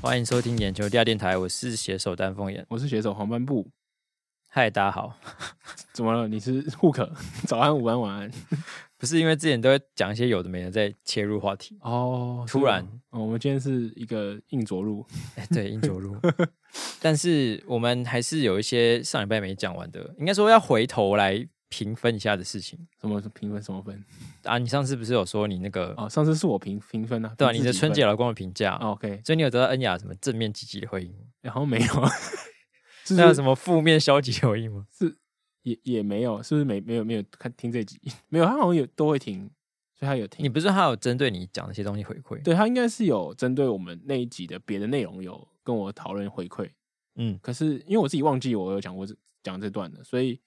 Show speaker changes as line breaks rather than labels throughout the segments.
欢迎收听眼球第二电台，我是写手丹凤眼。
我是写手黄斑布。
嗨，大家好，
怎么了？你是 Hook？早 安、午安、晚安。
不是因为之前都会讲一些有的没的，在切入话 题。
哦
突然
是吗哦我们今天是一个硬着陆。
哎、对，硬 着陆。但是我们还是有一些上礼拜没讲完的，应该说要回头来评分一下的事情
什么评分？什么分？
啊。你上次不是有说你那个、
哦，上次是我评评分啊，
对啊，
评
你
自己
的春节
分、
老公的评价，
哦、OK，
所以你有得到恩雅什么正面积极的回应吗？
然后没有，就
那有
是
什么负面消极的回应吗？
也也没有，是不是没没有没有看听这集？ 没有，他好像有都会听，所以他有
你
听。
不是说他有针对你讲的一些东西回馈？
对他应该是有针对我们那一集的别的内容有跟我讨论回馈，
嗯，
可是因为我自己忘记我有讲过这讲这段了，所以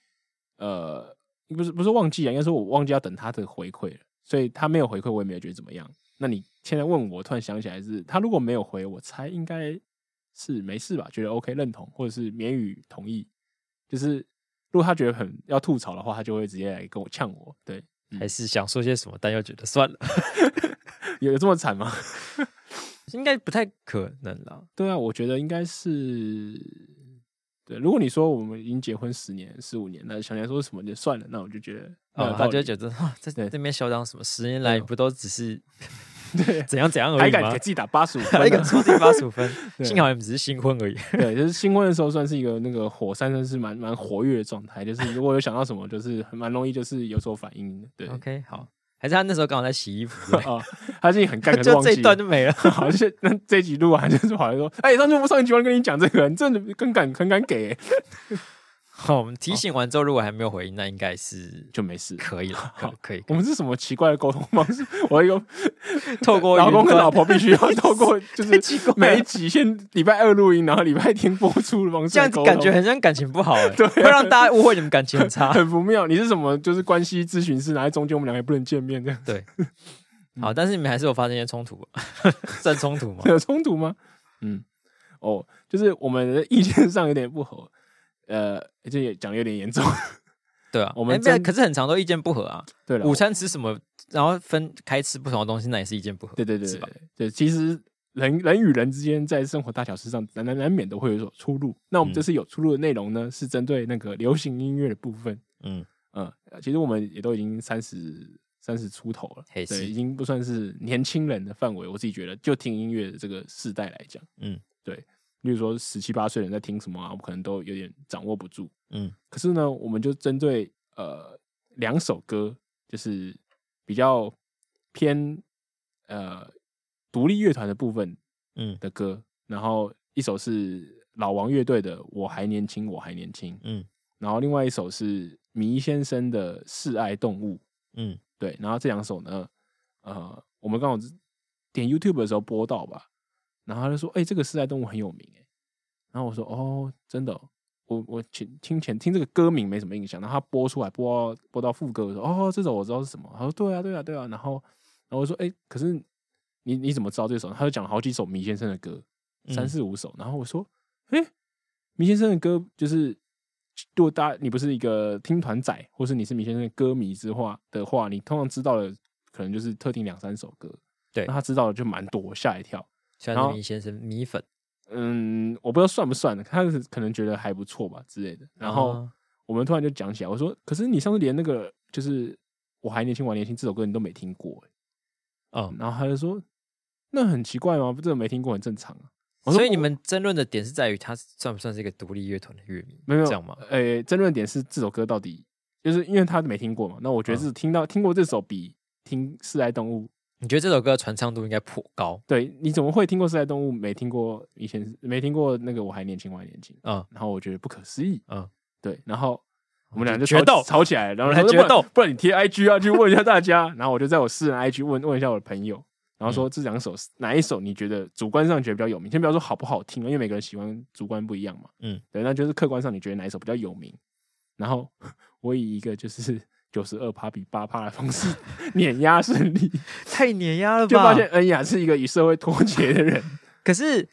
呃，不是不是忘记啊，应该说我忘记要等他的回馈了，所以他没有回馈，我也没有觉得怎么样。那你现在问我，突然想起来是，他如果没有回，我猜应该是没事吧，觉得 OK 认同或者是免予同意，就是如果他觉得很要吐槽的话，他就会直接来跟我呛我。对，
还是想说些什么，但又觉得算了，
有有这么惨吗？
应该不太可能啦。
对啊，我觉得应该是对。如果你说我们已经结婚十年、十五年，那想来说什么就算了，那我就觉得
哦，他
大
就
家
会觉得啊，在
嗯对
这边嚣张什么？十年来
对
不都只是
对，
怎样怎样而
还
已
敢
吗
给？自己打 八十五分、啊，
还敢说自己八十五分？
对
幸好你们只是新婚而已。
对，就是新婚的时候算是一个那个火山，算是蛮蛮活跃的状态。就是如果有想到什么，就是很蛮容易就是有所反应的。对，啊、
OK，好，还是他那时候刚好在洗衣服，对
他自 己很干，可是
就
忘
这一
记
段
了。
就 没了。
好，就是那这一集录完就是跑来说，哎、上次我上一集我跟你讲这个，你真的很敢很敢给、欸
好，我们提醒完之后，如果还没有回应，那应该是
就没事。
可以了，可可以。
我们是什么奇怪的沟通方式？我有
透 过
老公
云
跟
端
老婆必须要 透过就
太
是
奇怪了
每一集先礼拜二录音，然后礼拜天播出的方式
这样
来
子
沟通，
感觉很像感情不 好，哎，会让大家误会你们感情很差。
很不妙。你是什么就是关系咨询师，然后在中间我们两个也不能见面，这样
对，好，但是你们还是有发生一些冲突吧， 算冲突吗？
有冲突吗？嗯，哦，就是我们的意见上有点不合，呃，这也讲的有点严重。
对啊，
我们
哎不然
真
可是很常都意见不合啊。
对了，
午餐吃什么，然后分开吃不同的东西，那也是意见不合。
对对对
是
对
吧
对对，其实人人与人之间在生活大小事上难难难免都会有所出入。那我
嗯
们这次有出入的内容呢，是针对那个流行音乐的部分。
嗯，
嗯，呃其实我们也都已经三十三十出头了，
嘿是
对，已经不算是年轻人的范围。我自己觉得，就听音乐的这个世代来讲，
嗯，
对，例如说十七八岁的人在听什么啊，我可能都有点掌握不住。
嗯，
可是呢，我们就针对呃两首歌，就是比较偏呃独立乐团的部分
嗯
的歌，然后一首是老王乐队的《我还年轻，我还年轻》，
嗯
然后另外一首是迷先生的《示爱动物》，
嗯
对，然后这两首呢，呃，我们刚好是点 YouTube 的时候播到吧，然后他就说，哎、这个《示爱动物》很有名、哎，然后我说，哦，真的哦、我我前听前听这个歌名没什么印象，然后他播出来播到播到副歌，我说，哦，这首我知道是什么，他说，对啊，对啊，对啊，然后然后我说，哎、可是你你怎么知道这首？他就讲了好几首迷先生的歌，三
嗯
四五首，然后我说，哎、迷先生的歌就是，如果大家你不是一个听团仔，或是你是迷先生的歌迷之话的话，你通常知道的可能就是特定两三首歌，
对
那他知道的就蛮多，吓一跳。
虽然
然
是
后
米先生米粉，
嗯，我不知道算不算的，他是可能觉得还不错吧之类的。然后
啊
我们突然就讲起来，我说，可是你上次连那个就是我还年轻，我还年轻这首歌你都没听过、欸
哦，
然后他就说，那很奇怪吗？不，这个没听过很正常啊。我说
所以你们争论的点是在于他算不算是一个独立乐团的乐迷？
没有
这样吗？
呃、争论点是这首歌到底，就是因为他没听过嘛。那我觉得是听到、听过这首比听《四爱动物》，
你觉得这首歌的传唱度应该颇高？
对，你怎么会听过《四爱动物》，没听过以前没听过那个我还年轻，我还年轻。
嗯
然后我觉得不可思议，
嗯，哦
对，然后我们俩
就
就
决
吵
斗
吵起来，然后
我们
他
来
说
决斗
不然不然你贴 IG 啊，去问一下大家。然后我就在我私人 IG 问问一下我的朋友，然
嗯
后说这两首哪一首你觉得主观上觉得比较有名？先不要说好不好听，因为每个人喜欢主观不一样嘛。
嗯，
对，那就是客观上你觉得哪一首比较有名？然后我以一个就是九十二趴比八趴的 方式碾压胜利，
太碾压了
就发现恩雅是一个与社会脱节的人。
可是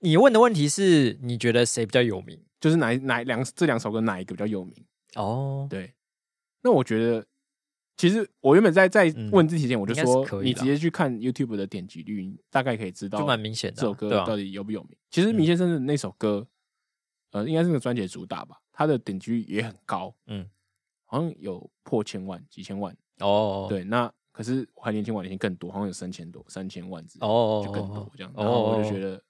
你问的问题是，你觉得谁比较有名？
就是哪一哪两这两首歌哪一个比较有名？
哦，
对，那我觉得其实我原本在在
嗯
问自己前，我就
应该是
说，
可以
你
啦
直接去看 YouTube 的点击率，你大概可以知道
就蛮明显的啊、
这首歌
对吧、
到底有不有名。其实
嗯
米先生的那首歌，呃，应该是那个专辑的主打吧，它的点击率也很高，
嗯，
好像有破千万、几千万。
哦，
对，那可是我还年轻，我年轻更多，好像有三千多、三千万之类
哦，哦，
就更多这样。
哦
然后我就觉
哦
得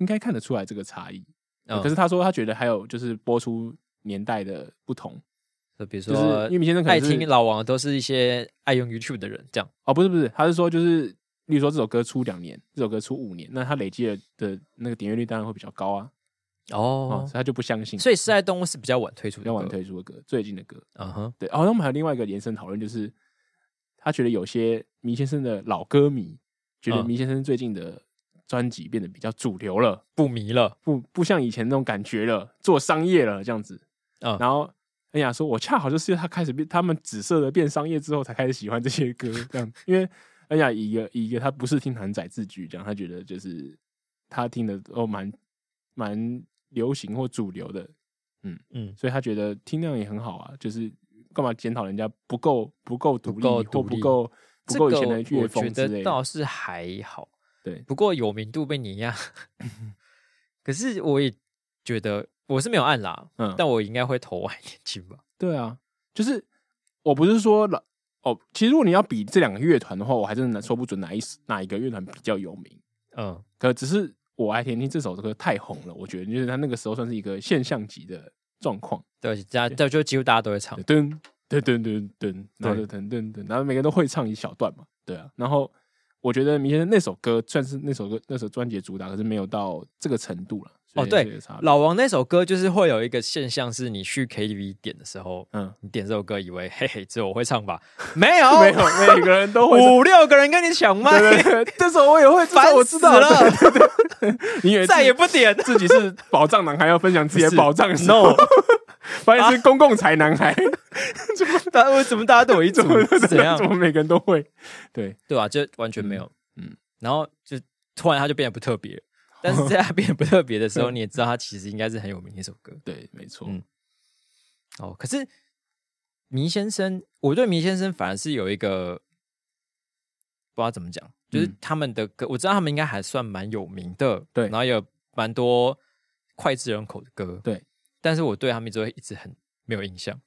应该看得出来这个差异。呃
嗯
可是他说他觉得还有就是播出年代的不同，
就比如
就是
说
因为米先生可
爱
能是
听老王的都是一些爱用 YouTube 的人，这样
哦，不是不是，他是说就是，例如说这首歌出两年，这首歌出五年，那他累积的的那个点阅率当然会比较高啊，哦，
哦
所以。他就不相信
所以《时代动物》是比较晚推出的歌，
要晚推出的歌，最近的歌，
嗯哼，
对，哦，那我们还有另外一个延伸讨论，就是他觉得有些迷先生的老歌迷觉得
嗯
迷先生最近的专辑变得比较主流了，
不迷了，
不不像以前那种感觉了，做商业了这样子，
嗯
然后。恩雅说：“我恰好就是他开始变，他们紫色的变商业之后，才开始喜欢这些歌，这样。因为恩雅以一个以一个他不是听韩仔自居，这样他觉得就是他听的都蛮蛮流行或主流的，
嗯，
所以他觉得听那样也很好啊。就是干嘛检讨人家不够不够独
不
立
够
或
独
不
立
够不
这
够以
个
前的乐
我觉
风之类
得
的
倒。是还好，
对
不过有名度被你压， 可是我也觉得我是没有按啦，
嗯，
但我应该会投晚一点进吧。
对啊，就是我不是说老哦，其实如果你要比这两个乐团的话，我还真的说不准哪一哪一个乐团比较有名。
嗯，
可只是我爱甜听这首歌太红了，我觉得就是他那个时候算是一个现象级的状况，
对，大家就几乎大家都会唱，
噔噔噔噔噔，然后就噔噔噔，然后每个人都会唱一小段嘛，对啊，然后我觉得明先生那首歌算是那首歌那首专辑的主打，可是没有到这个程度了。
哦，
所以这
对
个差，别
老王那首歌就是会有一个现象，是你去 KTV 点的时候，
嗯，
你点这首歌，以为嘿嘿，只有我会唱 吧？没有，
没 有每个人都会唱。
五六个人跟你抢麦，
对对 对，这首我也会，这
烦
首我
死
知道
了，
对对对你以为
再也
自
不点
自己是宝藏男孩，要分享自己的
是
宝藏的时候
，no。
发现是公共财男孩，
大为什么大家对我一组
怎么
是 啊怎样
怎？么每个人都会？对，
对吧、就完全没有，
嗯嗯
嗯。然后就突然他就变得不特 别了，但是在他变得不特别的时候，你也知道他其实应该是很有名的一首歌
对，没错。
嗯哦。可是迷先生，我对迷先生反而是有一个不知道怎么讲，就是
嗯
他们的歌，我知道他们应该还算蛮有名的，
对
然后也有蛮多脍炙人口的歌，
对。
但是我对他们就会一直很没有印象。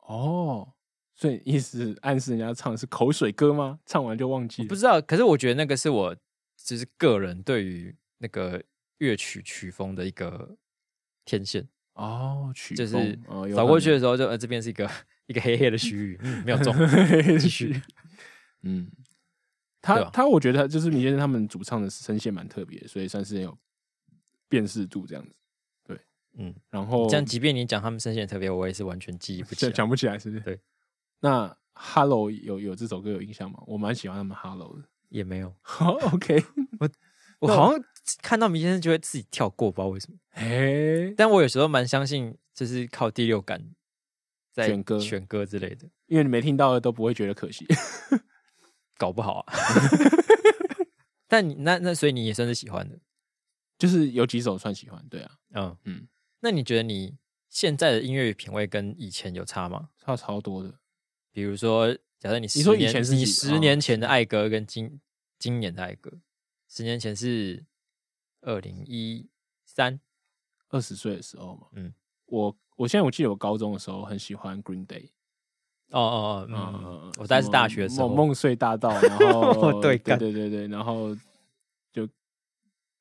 哦，所以意思暗示人家唱的是口水歌吗？唱完就忘记
我
了？
不知道，可是我觉得那个是我就是个人对于那个乐曲曲风的一个天线，
哦，曲
就
风
是
哦、有
扫
可
过
能。
去的时候就，呃这边是一个一个黑黑的区域，嗯没有中 继续，
嗯，他
对啊
他，我觉得就是米先生他们主唱的声线蛮特别的，所以算是有辨识度这样子。
嗯，
然后
这样即便你讲他们声线特别，我也是完全记忆不起
讲
来。
讲不起来，哦是不是？
对。
那 Hello 有有这首歌有印象吗？我蛮喜欢他们 Hello 的。
也没 有，
好 OK，
我好像看到迷先生就会自己跳过，不知道为什么。
哎，
但我有时候蛮相信，就是靠第六感在
选歌
选歌之类的，
因为你没听到的都不会觉得可惜。
搞不好啊。 但你那那所以你也算是喜欢的。
就是有几首算喜欢，对啊，
嗯
嗯
嗯，那你觉得你现在的音乐品味跟以前有差吗？
差超多的。
比如说，假设你
你说
10年
以前是
你
几哦
十年前的爱歌跟今今年的爱歌，十年前是二零一三，
二十岁的时候嘛，
嗯，
我我现在我记得我高中的时候很喜欢 Green Day，
哦哦哦，嗯
嗯
嗯，嗯我大概是大学的时候
梦梦碎 大道，然后
对
对
干
对对对，然后就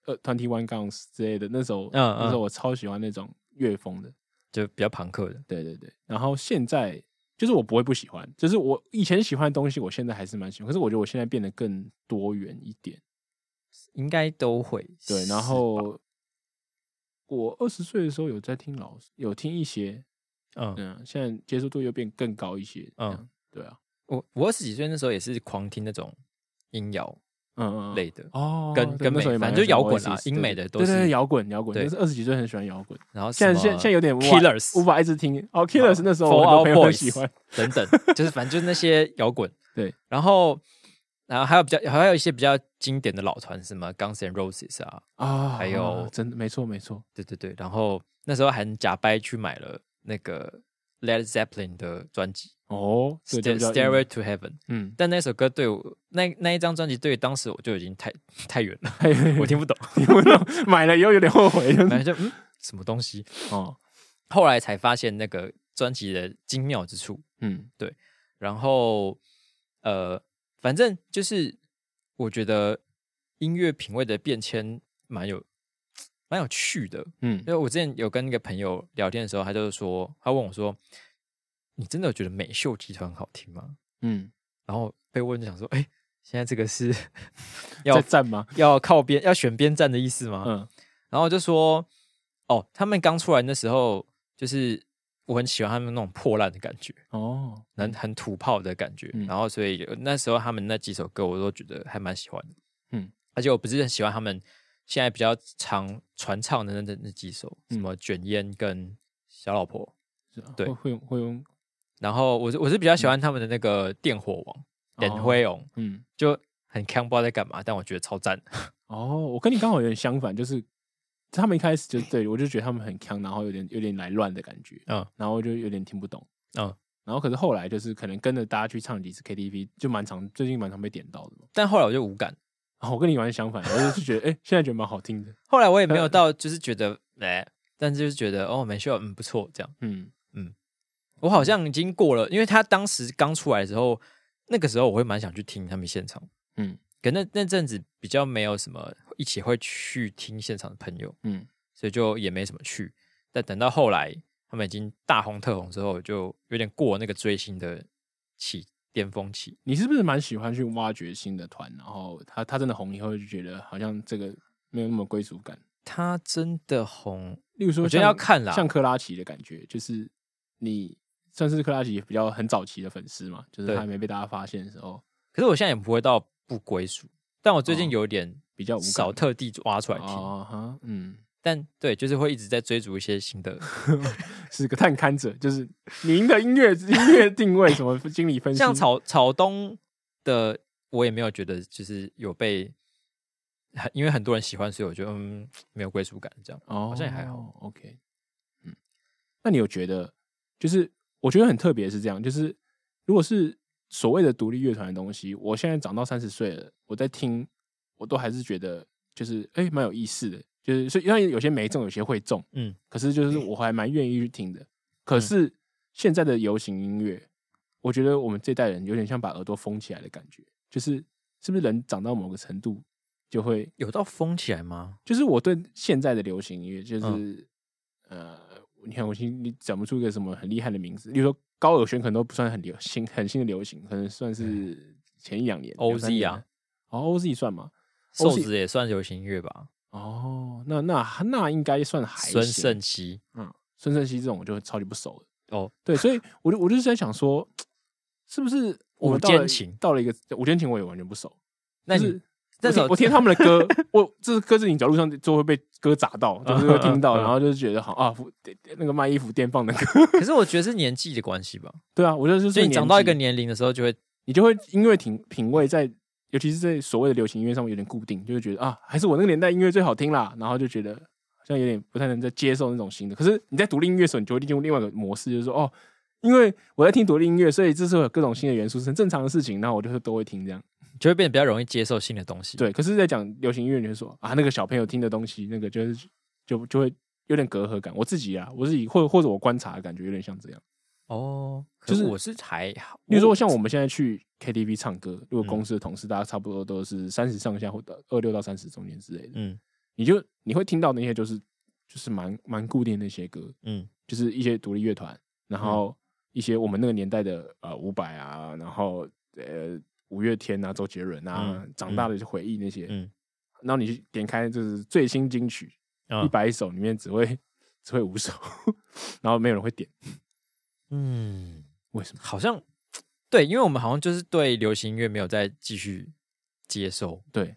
呃 Twenty One Guns 之类的，那时候
嗯嗯
那时候我超喜欢那种乐风的，
就比较朋克的，
对对对，然后现在就是我不会不喜欢，就是我以前喜欢的东西，我现在还是蛮喜欢，可是我觉得我现在变得更多元一点。
应该都会是吧。
对，然后我二十岁的时候有在听老师，有听一些，
嗯，
嗯，现在接受度又变更高一些，
嗯
嗯，对啊，
我我二十几岁那时候也是狂听那种音摇
嗯嗯，嗯
类的，
哦，
跟
对
跟
那时候
美
也蛮
反正就摇滚
喜欢
啦
Oasis，
英
对
美的都
对对对
是
摇滚摇滚，
对
就是二十几岁很喜欢摇滚，
然后
现在现在现在有点无法
Killers
无法一直听哦，Killers 那时候
For
我很多
Out
朋友很
Boys
喜欢，
等等，就是反正就是那些摇滚。
对，
然后然后还有比较还有一些比较经典的老团，什么 Guns N' Roses 啊，
啊，
还有
真的没错没错，
对对对。然后那时候还假掰去买了那个 Led Zeppelin 的专辑
哦，
《
这
Sta-
个叫叫
Stairway to Heaven》，
嗯，
但那首歌对我那那一张专辑对当时我就已经太太远了，我
我
听不 懂，
买了以后有点后悔，就是
然后就嗯什么东西，
哦，
后来才发现那个专辑的精妙之处。
嗯
然后呃，反正就是我觉得音乐品味的变迁蛮有蛮有趣的，
嗯
因为我之前有跟一个朋友聊天的时候，他就说，他问我说：“你真的有觉得美秀集团好听吗
嗯，？”
然后被问就想说：“哎、现在这个是
在
要
站吗？
要靠边要选边站的意思吗？”
嗯
然后我就说：“哦，他们刚出来的时候，就是我很喜欢他们那种破烂的感觉，
哦，
很很土炮的感觉。
嗯
然后所以那时候他们那几首歌，我都觉得还蛮喜欢的。
嗯，
而且我不是很喜欢他们现在比较常传唱的那那那几首，
嗯
什么卷烟跟小老婆。
是啊
对
会会用会用，
然后我是我是比较喜欢他们的那个电火王
哦
点灰王，
嗯
就很看不知道在干嘛，但我觉得超赞。
哦，我跟你刚好有点相反，就是他们一开始就对我就觉得他们很强，然后有点有点来乱的感觉，
嗯
然后就有点听不懂，
嗯。
然后可是后来就是可能跟着大家去唱几次 KTV，就蛮常最近蛮常被点到的嘛。
但后来我就无感，
然后我跟你完全相反，我就是觉得哎、现在觉得蛮好听的，
后来我也没有
嗯
到就是觉得哎、但是就是觉得哦，美秀嗯不错这样。
嗯
我好像已经过了，因为他当时刚出来的时候，那个时候我会蛮想去听他们现场，
嗯
可那那阵子比较没有什么一起会去听现场的朋友，
嗯
所以就也没什么去。但等到后来他们已经大红特红之后，就有点过那个追星的起巅峰期。
你是不是蛮喜欢去挖掘新的团？然后他他真的红以后，就觉得好像这个没有那么归属感。
他真的红，
例如说像，
我觉得要看啦
像克拉奇的感觉，就是你算是克拉奇比较很早期的粉丝嘛，就是
对
他还没被大家发现的时候，
可是我现在也不会到不归属。但我最近
哦
有点
比较无感
少特地挖出来听，
啊哈，嗯，
但对，就是会一直在追逐一些新的
是个探勘者，就是您的音乐音乐定位什么经理分析，
像草草东的，我也没有觉得就是有被，很因为很多人喜欢，所以我觉得嗯没有归属感这样。
哦，
好像也还好。
OK，嗯，那你有觉得，就是我觉得很特别是这样，就是如果是所谓的独立乐团的东西，我现在长到三十岁了，我在听，我都还是觉得就是哎蛮、有意思的，就是所以因为有些没中，有些会中，
嗯，
可是就是我还蛮愿意去听的。可是现在的流行音乐，我觉得我们这代人有点像把耳朵封起来的感觉，就是是不是人长到某个程度就会
有到疯起来吗？
就是我对现在的流行音乐，就是、
嗯
呃，你看我心你讲不出一个什么很厉害的名字，比如说高尔宣可能都不算很流新很新的流行，可能
嗯
算是前一两年
OZ
两三年
啊
了哦 OZ 算吗？
瘦子也算流行音乐吧，
哦，那那那应该算还
孙
行
盛熙
嗯，孙胜熙这种我就超级不熟的，
哦，
对，所以我就我就是在想说，是不是我们到
五
了
间情
到了一个五间情我也完全不熟，
那
就
你
是
那
我听
首
我听他们的歌，我这是歌是你走路上就会被歌砸到，就是会听到，
嗯嗯嗯
然后就是觉得好啊，服那个卖衣服店放的歌，
可是我觉得是年纪的关系吧，
对啊，我觉得就是
所以你长到一个
年纪，
年龄的时候就会
你就会因为品品味在，尤其是在所谓的流行音乐上面有点固定，就会觉得啊，还是我那个年代音乐最好听啦，然后就觉得好像有点不太能再接受那种新的。可是你在独立音乐的时候，你就会利用另外一个模式，就是说哦。因为我在听独立音乐，所以这是会有各种新的元素，是很正常的事情。然后我就是都会听这样。
就会变得比较容易接受新的东西。，
对，可是，在讲流行音乐，你就说啊，那个小朋友听的东西，那个就是就就会有点隔阂感。我自己啊，我自己或或者我观察的感觉有点像这样。
哦，
就
就是是我是还好，
比如说，像我们现在去 KTV 唱歌，如果
嗯
公司的同事大家差不多都是三十上下，或者二六到三十中间之类的，
嗯
你就你会听到那些就是就是蛮蛮固定的那些歌，
嗯
就是一些独立乐团，然后一些我们那个年代的呃伍佰啊，然后呃五月天啊、周杰伦啊，
嗯
长大的回忆那些，
嗯
然后你去点开就是最新金曲，一
嗯
百首里面只会只会五首， 然后没有人会点，
嗯，
为什么？
好像对，因为我们好像就是对流行音乐没有再继续接受，
对，啊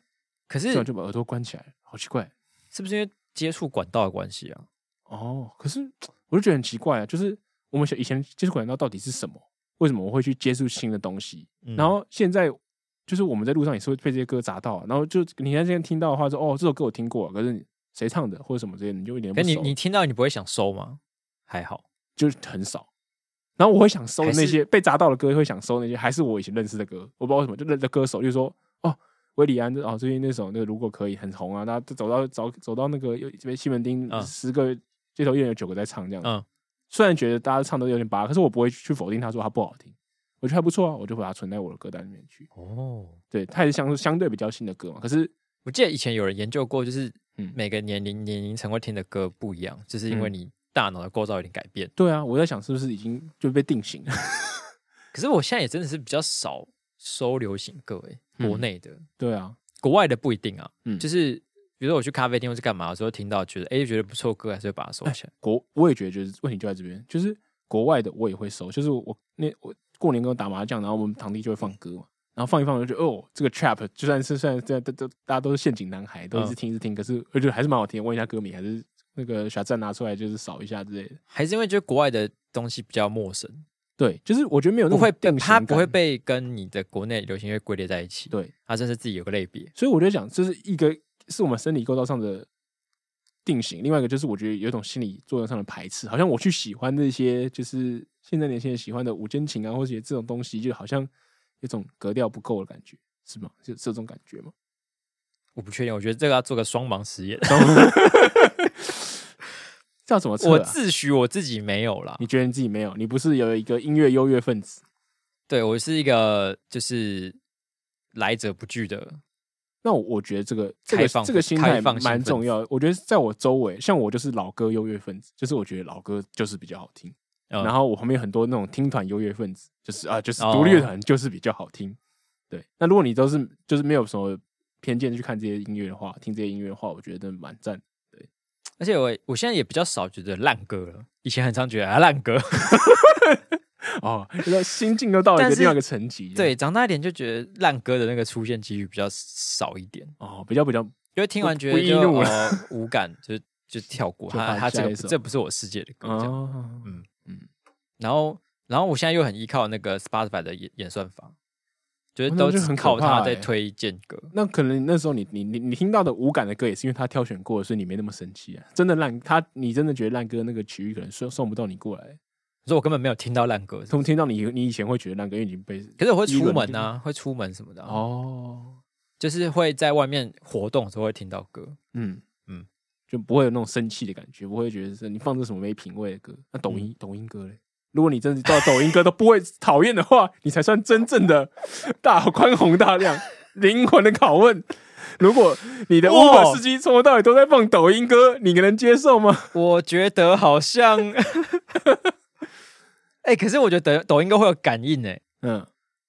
可
这
是
样就把耳朵关起来了，好奇怪
是不是因为接触管道的关系啊？
哦。可是我就觉得很奇怪啊，就是我们小以前接触管道到底是什么？为什么我会去接触新的东西？
嗯
然后现在就是我们在路上也是会被这些歌砸到啊、然后就你看现在听到的话说哦，这首歌我听过啊、可是谁唱的或者什么之类的，你就一点
可
都不
哎你
熟，
你听到你不会想收吗？还好，
就是很少。然后我会想搜
还
那
是
些被砸到的歌，会想搜那些还是我以前认识的歌，我不知道为什么就认识的歌手，就说哦，维里安哦，最近那首那个如果可以很红啊，大家都走到走走到那个有这边西门町
嗯
十个街头艺人有九个在唱这样子，
嗯
虽然觉得大家唱的有点拔，可是我不会去否定他说他不好听，我觉得还不错啊，我就把它存在我的歌单里面去。
哦，
对，它也是相相对比较新的歌嘛，可是
我记得以前有人研究过，就是
嗯
每个年龄年龄层会听的歌不一样，就是因为
嗯
你大脑的构造有点改变。
对啊，我在想是不是已经就被定型了？
可是我现在也真的是比较少收流行歌、欸，国
嗯
内的、
对啊，
国外的不一定啊。
嗯
就是比如说我去咖啡厅或是干嘛，有时候听到觉得哎、觉得不错歌，还是会把它收起来。
国我也觉得就是问题就在这边，就是国外的我也会收，就是我那我过年跟我打麻将，然后我们堂弟就会放歌嘛，然后放一放我就觉得哦，这个 trap 就算是虽然这这这大家都是陷阱男孩，都一直
嗯
听一直听，可是我觉得还是蛮好听，问一下歌名还是那个小站拿出来就是扫一下之类的。
还是因为觉得国外的东西比较陌生，
对，就是我觉得没有那
不
种
会被
定型
它
感
不会被跟你的国内流行乐归类在一起。
对，
它真是自己有个类别。
所以我就讲这是一个是我们生理构造上的定型，另外一个就是我觉得有一种心理作用上的排斥，好像我去喜欢那些就是现在年轻人喜欢的五间情啊，或者这种东西，就好像有种格调不够的感觉，是吗？就这种感觉 吗？
我不确定，我觉得这个要做个双盲实验。
这要怎么 测、
我
啊？
自诩我自己没有啦
你，觉得你自己没有？你不是有一个音乐优越分子？
对我是一个就是来者不拒的，
那我我觉得这个这个
开放
这个心态
开放性
蛮
分子
重要的。我觉得在我周围，像我就是老歌优越分子，就是我觉得老歌就是比较好听。
嗯
然后我旁边有很多那种听团优越分子，就是啊，就是
哦
独立乐团就是比较好听。对，那如果你都是就是没有什么偏见去看这些音乐的话，听这些音乐的话，我觉得蛮赞。
而且我我现在也比较少觉得烂歌了，以前很常觉得啊烂歌，
哦，就是心境又到了一
但
个
是
另外一个层级。
对，长大一点就觉得烂歌的那个出现几率比较少一点，
哦，比较比较
因为听完
不
觉
不
得
易
就
怒了
哦无感，就就跳过
就
它
换
它
下
这
一
个
首
这不是我世界的歌这样。
哦，
然后然后我现在又很依靠那个 Spotify 的演演算法，就是
哦那
都
就
只
很可
靠它
怕
在
欸
推荐歌。
那可能那时候你你你你听到的无感的歌，也是因为他挑选过，所以你没那么生气啊。真的烂，他你真的觉得烂歌那个曲艺可能送送不到你过来。
所以我根本没有听到烂歌，
从听到你你以前会觉得烂歌，因为已经被
可是我会
第一
出
轮
门
听
啊，会出门什么的啊、
哦，
就是会在外面活动的时候会听到歌。
嗯嗯
嗯，
就不会有那种生气的感觉，不会觉得是你放这什么没品味的歌。那抖音、抖音歌嘞，嗯如果你真的到抖音歌都不会讨厌的话，你才算真正的大宽宏大 量、灵魂的拷问。如果你的 u
哇
b 司机从头到尾都在放抖音歌，你能接受吗？
我觉得好像， 哎、可是我觉得抖抖音歌会有感应哎、
嗯，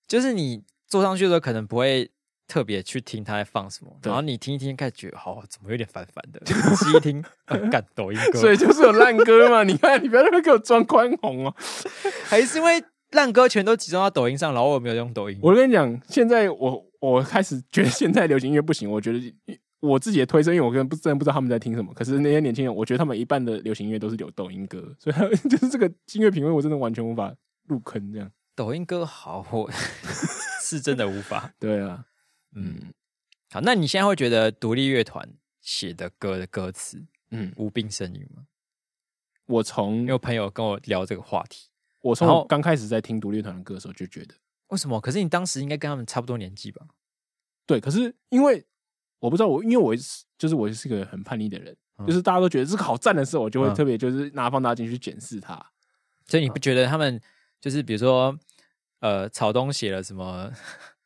就是你坐上去的时候可能不会特别去听他在放什么，
对
然后你听一听，开始觉得哦，怎么有点烦烦的， 仔细一 听，呃干、抖音歌，
所以就是有烂歌嘛。 你看，你不要在那边给我装宽宏哦、
还是因为烂歌全都集中到抖音上，然后我没有用抖音，
我跟你讲，现在我我开始觉得现在流行音乐不行，我觉得嗯我自己也推测，因为我根本不真的不知道他们在听什么。可是那些年轻人，我觉得他们一半的流行音乐都是有抖音歌，所以他们就是这个音乐品味，我真的完全无法入坑。这样
抖音歌好，我 是真的无法。
对啊，
嗯，好，那你现在会觉得独立乐团写的歌的歌词
嗯，
无病呻吟吗？
我
因
从
为我朋友跟我聊这个话题，
我从
然后
我刚开始在听独立乐团的歌的时候就觉得，
为什么？可是你当时应该跟他们差不多年纪吧？
对，可是因为我不知道我，因为我是就是我是个很叛逆的人，
嗯
就是大家都觉得这个好赞的时候，我就会
嗯
特别就是拿放大镜去检视它。
所以你不觉得他们就是比如说，呃，草东写了什么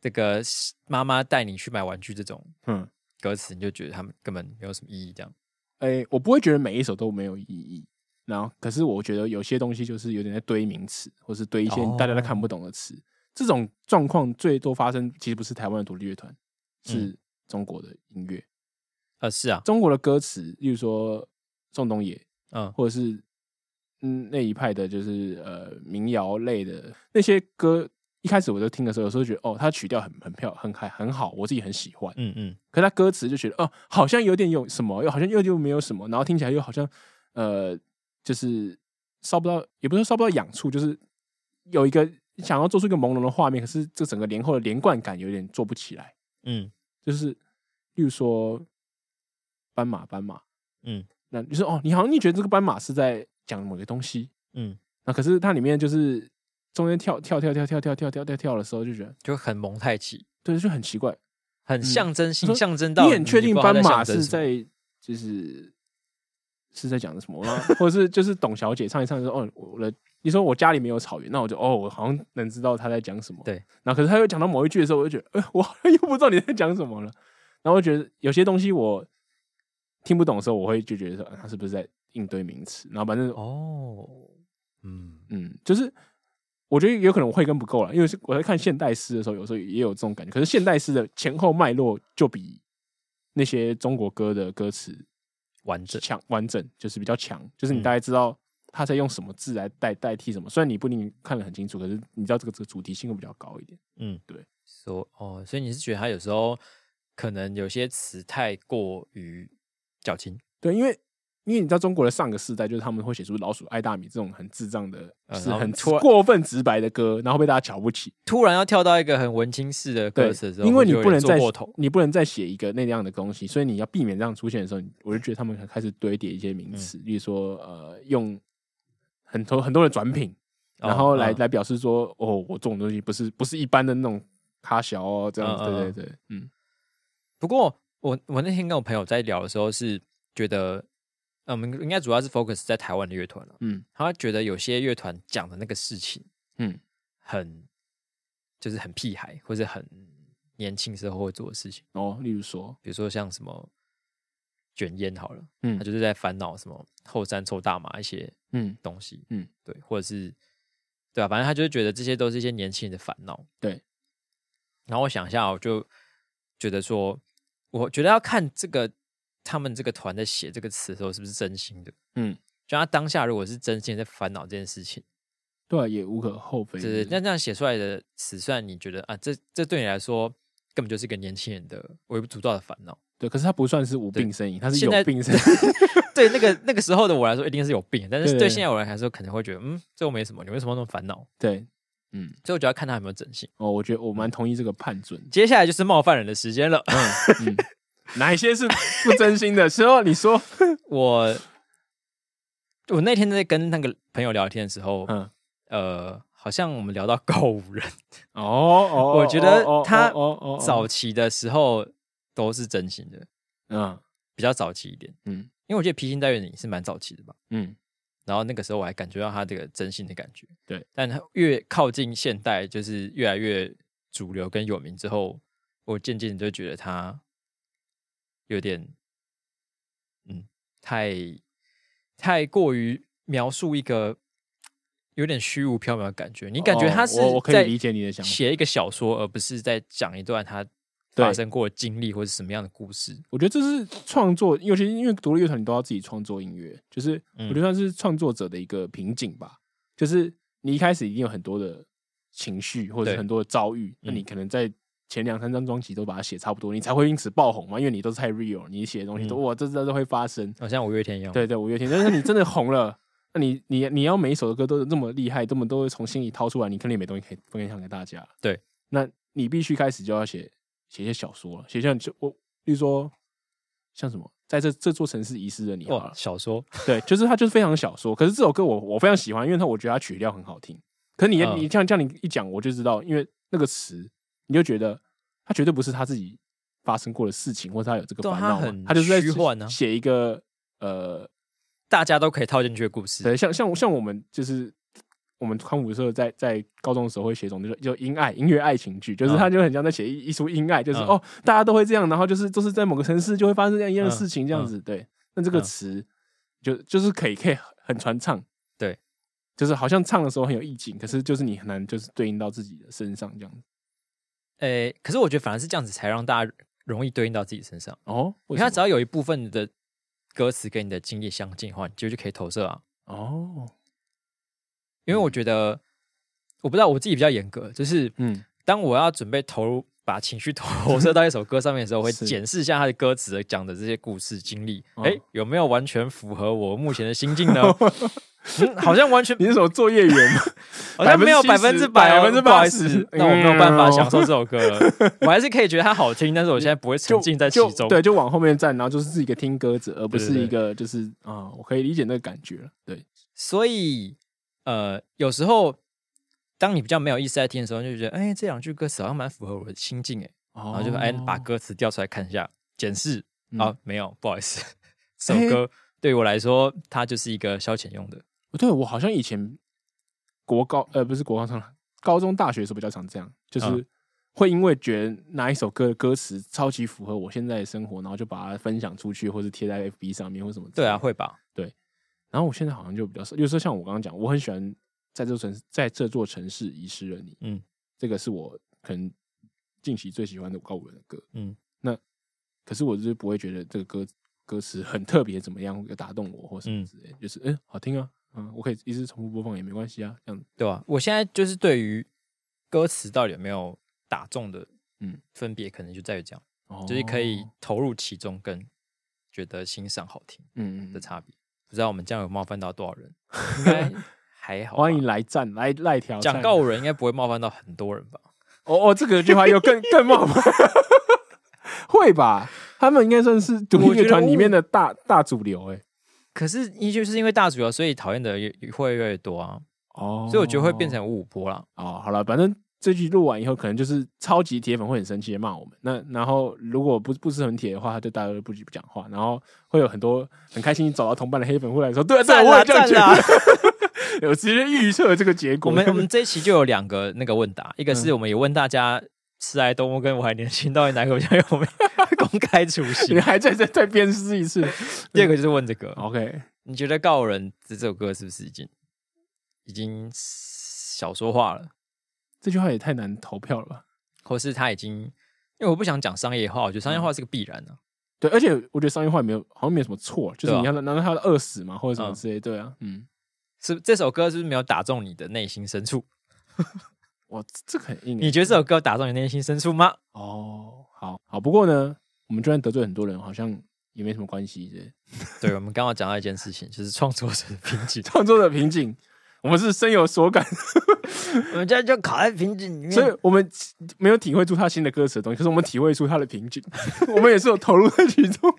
这个妈妈带你去买玩具这种
嗯，
歌词，你就觉得他们根本没有什么意义这样？
诶、哎我不会觉得每一首都没有意义。然后，可是我觉得有些东西就是有点在堆名词，或是堆一些
哦
大家都看不懂的词。这种状况最多发生，其实不是台湾的独立乐团，是中国的音乐。
呃，是啊，
中国的歌词，例如说宋冬野，
嗯，
或者是嗯那一派的，就是呃民谣类的那些歌。一开始我就听的时候，有时候觉得哦，它曲调很很漂很还很好，我自己很喜欢。
嗯嗯，
可他歌词就觉得哦，好像有点有什么，又好像又又没有什么，然后听起来又好像呃，就是烧不到，也不是说烧不到痒处，就是有一个想要做出一个朦胧的画面，可是这整个连后的连贯感有点做不起来。
嗯
就是例如说斑马，斑马，
嗯
那就是哦，你好像你觉得这个斑马是在讲某个东西，
嗯，
那可是它里面就是中间跳跳跳跳跳跳跳跳跳跳的时候，就觉得
就很蒙太奇，
对，就很奇怪。
很象征性，
说
象征到
你很确定
不知道
斑
它
马
象征
是
什么
在就是是在讲的什么吗？或者是就是董小姐唱一唱说哦，我的你说我家里没有草原，那我就哦，我好像能知道她在讲什么。
对，
然后可是她又讲到某一句的时候，我就觉得，呃，我好像又不知道你在讲什么了。然后我觉得有些东西我听不懂的时候，我会就觉得说，啊他是不是在应对名词？然后反正
哦，嗯，
嗯，就是我觉得有可能我慧根不够了，因为是我在看现代诗的时候，有时候也有这种感觉。可是现代诗的前后脉络就比那些中国歌的歌词
完整，
强完整，就是比较强，就是你
嗯
大概知道他在用什么字来代代替什么。虽然你不一定看得很清楚，可是你知道这个这个主题性会比较高一点。
嗯，
对，
所哦，所以你是觉得他有时候可能有些词太过于矫情，
对，因为因为你知道中国的上个世代，就是他们会写出“老鼠爱大米”这种很智障的、
呃
是
然后
很
突然
过分直白的歌，然后被大家瞧不起。
突然要跳到一个很文青式的
对
歌词的时，候，
因为
会
你
有
不
点
能
做
再
过头，
你不能再写一个那样的东西，所以你要避免这样出现的时候，你我就觉得他们开始堆叠一些名
嗯
词，例如说呃，用很多很多的转品，
哦
然后来、
嗯
来表示说，哦，我这种东西不是不是一般的那种咖小哦，这样子，
嗯嗯
对
嗯
对对，嗯，
不过我我那天跟我朋友在聊的时候是觉得，呃我们应该主要是 focus 在台湾的乐团了。
嗯，
他觉得有些乐团讲的那个事情，
嗯，
很就是很屁孩或者很年轻时候会做的事情，
哦，例如说，
比如说像什么卷烟好了，
嗯
他就是在烦恼什么后山抽大麻一些
嗯，
东西，
嗯，
对，或者是对啊，反正他就是觉得这些都是一些年轻人的烦恼。
对，
然后我想一下，我就觉得说，我觉得要看这个他们这个团在写这个词的时候是不是真心的。
嗯，
就他当下如果是真心地在烦恼这件事情，
对啊、也无可厚非，
对对，
对
那这样写出来的词，虽然你觉得啊，这这对你来说根本就是一个年轻人的微不足道的烦恼。
对，可是它不算是无病呻吟，它是
现
有
在
病呻吟，
对那个那个时候的我来说，一定是有病，但
对
是对
对
现在我来说，可能会觉得嗯，这又没什么，你为什么那么烦恼？
对，嗯，
所以我就要看他有没有整形。
哦，我觉得我
嗯
蛮同意这个判准，
接下来就是冒犯人的时间了。
嗯，嗯哪一些是不真心的？ 时候你说，
我我那天在跟那个朋友聊天的时候，
嗯，
呃，好像我们聊到告五人，
哦哦
我觉得他
哦
早期的时候都是真心的，
嗯
比较早期一点，
嗯
因为我觉得披星戴月你是蛮早期的吧。
嗯，
然后那个时候我还感觉到他这个真心的感觉，
对。
但他越靠近现代，就是越来越主流跟有名之后，我渐渐就觉得他有点，嗯，太太过于描述一个有点虚无缥缈的感觉。你感觉
哦
他是
我我可以
在
理解你的想法
写一个小说，而不是在讲一段他
对
发生过的经历或者什么样的故事。
我觉得这是创作，尤其因为独立乐团，你都要自己创作音乐，就是
嗯
我觉得算是创作者的一个瓶颈吧。就是你一开始一定有很多的情绪或者
对
是
嗯
很多的遭遇，那你可能在前两三张专辑都把它写差不多，你才会因此爆红嘛。因为你都是太 real，你写的东西都、
嗯
哇，这这都会发生。
好、像五月天一样，
对对，五月天。但是你真的红了，那你你你要每一首歌都这么厉害，这么都会从心里掏出来，你肯定没东西可以分享给大家。
对，
那你必须开始就要写写一些小说了，写像就我，例如说像什么，在这这座城市遗失了你好
哇
了，，
小说
对，就是它就是非常小说。可是这首歌我我非常喜欢，因为它我觉得它曲调很好听。可是你、
嗯
你这样这样你一讲，我就知道，因为那个词，你就觉得它绝对不是他自己发生过的事情，或者他有这个
对啊
烦
它
恼嘛
很，
他就是在
虚幻啊
写一个呃
大家都可以套进去的故事，
对，像像像我们就是我们康复社在在高中的时候会写一种就是就音爱音乐爱情剧，就是
嗯
他就很像在写一一出音爱，就是、
嗯
哦大家都会这样，然后就是都是在某个城市就会发生这样一样的
嗯
事情，这样
嗯
子、对。那这个
嗯
词、就就是可以可以很传唱，
对，
就是好像唱的时候很有意境，可是就是你很难就是对应到自己的身上这样子。
诶、可是我觉得反而是这样子才让大家容易对应到自己身上。
哦，
你
为
看，
什
只要
么
有一部分的歌词跟你的经历相近的话，你就就可以投射啊。
哦，
因为我觉得，我不知道我自己比较严格，就是
嗯
当我要准备投入把情绪投射到一首歌上面的时候，我会
是
检视一下它的歌词讲的这些故事经历，
哦
诶，有没有完全符合我目前的心境 呢？嗯好像完全
你是什么作业员吗？
好像没有百分之
70%
百哦，
80%
不好意思，那我没有办法
嗯
享受这首歌 了。我还是可以觉得它好听，但是我现在不会沉
就
浸在其
就
中。
对，就往后面站，然后就是一个听歌者，而不
对对
是
对
一个就是啊、我可以理解那个感觉了。对，
所以呃，有时候当你比较没有意思在听的时候，就觉得哎、这两句歌词好像蛮符合我的心境哎，
然
然后就哎、
哦
把歌词调出来看一下，检视
嗯
啊，没有，不好意思，这
哎
首歌对我来说，它就是一个消遣用的。
对我好像以前国高呃不是国高中了，高中大学的时候比较常这样，就是
嗯
会因为觉得哪一首歌的歌词超级符合我现在的生活，然后就把它分享出去，或是贴在 FB 上面或什么。
对啊，。会吧？
然后我现在好像就比较少，有时候像我刚刚讲，我很喜欢在这座城在这座城市遗失了你，
嗯，
这个是我可能近期最喜欢的告五人的歌，
嗯，
那可是我就是不会觉得这个歌歌词很特别怎么样，有打动我或什么
嗯
之类，就是嗯好听啊，嗯，我可以一直重复播放也没关系啊，这样子，
对吧、我现在就是对于歌词到底有没有打中的，
嗯
嗯，分别可能就在于这样，
哦
就是可以投入其中，跟觉得欣赏好听
嗯嗯
的
嗯，
差别。不知道我们这样有冒犯到多少人？应该 还好吧。
欢迎来赞来赖条赞
讲告五人，应该不会冒犯到很多人吧？
哦哦，这个句话又更更冒犯， 会吧？他们应该算是独
我
立乐
觉得
团里
我
面的大大主流哎、
可是，依旧是因为大主流，所以讨厌的也也会越来越多啊，
哦，
所以我觉得会变成五五波 啦。
哦，好了，反正这集录完以后，可能就是超级铁粉会很生气的骂我们。那然后如果不不是很铁的话，他就大家都不不讲话，然后会有很多很开心找到同伴的黑粉会来说，对啊，对啊，
赞
我
啦
也这样
赞
觉
啦！
得。有直接预测这个结 果。
我们我们这一期就有两个那个问答，一个是我们也问大家吃爱动物跟我还年轻到底哪个比较有名，公开处
你
刑；
还在再再鞭尸一次
第二个就是问这个，
，OK？
你觉得《告人》这首歌是不是已经已经小说化了，
这句话也太难投票了吧？
或是他已经？因为我不想讲商业化，我觉得商业化是个必然的、啊。
对，而且我觉得商业化也没有，好像没有什么错，就是
对啊
你要难道他要饿死嘛，或者什么
嗯
之类？对啊，嗯，
是这首歌是不是没有打中你的内心深处？
哇，这这个很硬欸。
你觉得这首歌打中你的内心深处吗？
哦，好好，不过呢，我们就算得罪很多人，好像也没什么关系的。
对，我们刚刚讲到一件事情，就是创作者的瓶颈
。创作者瓶颈，我们是深有所感，
我们现在就卡在瓶颈里面
所以我们没有体会出他新的歌词的东西，可是我们体会出他的瓶颈， 我们也是有投入在其中。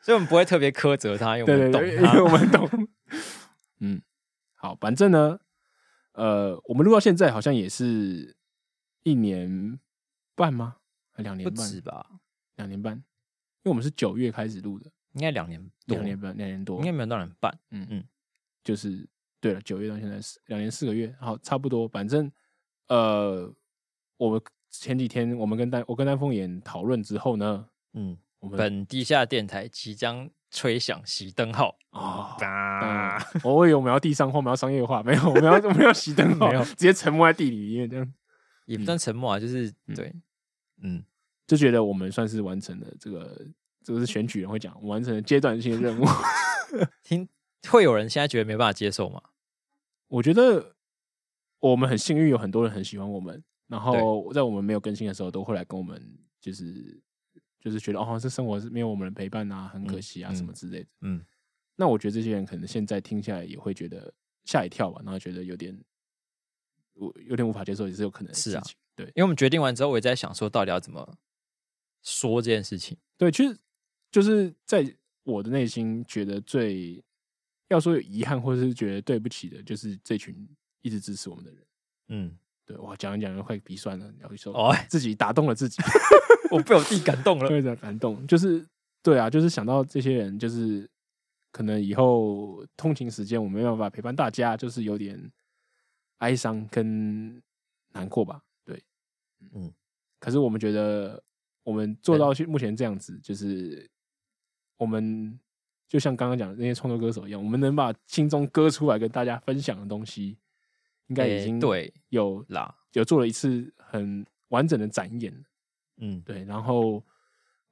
所以我们不会特别苛责他，因为
对
我
对
们
对，
懂
因为我
他。
们懂。 嗯，好，反正呢，呃，我们录到现在好像也是一年半吗？还两
不
年半？
止吧？
两年半，因为我们是九月开始录的，
应该两年多，
两年半，两年多，
应该没有到两年半。
嗯就是对了，九月到现在是两年四个月，好，差不多。反正呃，我们前几天我们跟丹我跟丹凤眼讨论之后呢，
嗯，
我们
本地下电台即将吹响熄灯号
啊。
啊！
啊！我以为我们要地上化，我们要商业化，没有，我们要我们要 熄灯号，
没有
直接沉没在地里面，这样
也不算沉默啊，就是
嗯
对，嗯，
就觉得我们算是完成了这个，这个是选举人会讲完成了阶段性的任务。
听会有人现在觉得没办法接受吗？
我觉得我们很幸运，有很多人很喜欢我们，然后在我们没有更新的时候，都会来跟我们就是就是觉得哦，这生活是没有我们的陪伴啊，很可惜啊，
嗯
什么之类的。
嗯，
那我觉得这些人可能现在听下来也会觉得吓一跳吧，然后觉得有点我有点无法接受，也是有可能的
是啊
事情对
因为我们决定完之后，我也在想说，到底要怎么说这件事情。
对，其实就是在我的内心觉得最要说有遗憾或者是觉得对不起的，就是这群一直支持我们的人。
嗯，
对，哇，讲一讲就快鼻酸了，然后说
哦，
自己打动了自己，
我被我自己感动 了。
非常感动。就是对啊，就是想到这些人，就是可能以后通勤时间我没办法陪伴大家，就是有点哀伤跟难过吧。对，
嗯。
可是我们觉得，我们做到现目前这样子，就是我们就像刚刚讲的那些创作歌手一样，我们能把心中歌出来跟大家分享的东西，应该已
诶
经
哎对
有
啦，
有做了一次很完整的展演。
嗯，
对，然后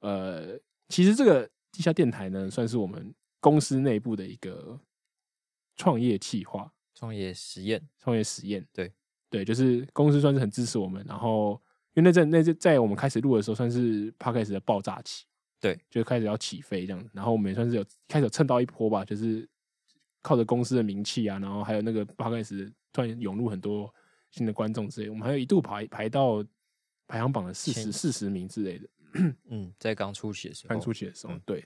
呃，其实这个地下电台呢，算是我们公司内部的一个创业计划、
创业实验，
创业实验。
对，
对，就是公司算是很支持我们，然后因为那阵那阵在我们开始录的时候，算是 podcast 的爆炸期，
对，
就开始要起飞这样子，然后我们也算是有开始有蹭到一波吧，就是靠着公司的名气啊，然后还有那个 podcast 突然涌入很多新的观众之类，我们还有一度排排到排行榜的四十
前
四十名之类的。
嗯，在刚出血的时候，
翻出去的时候，
嗯
对。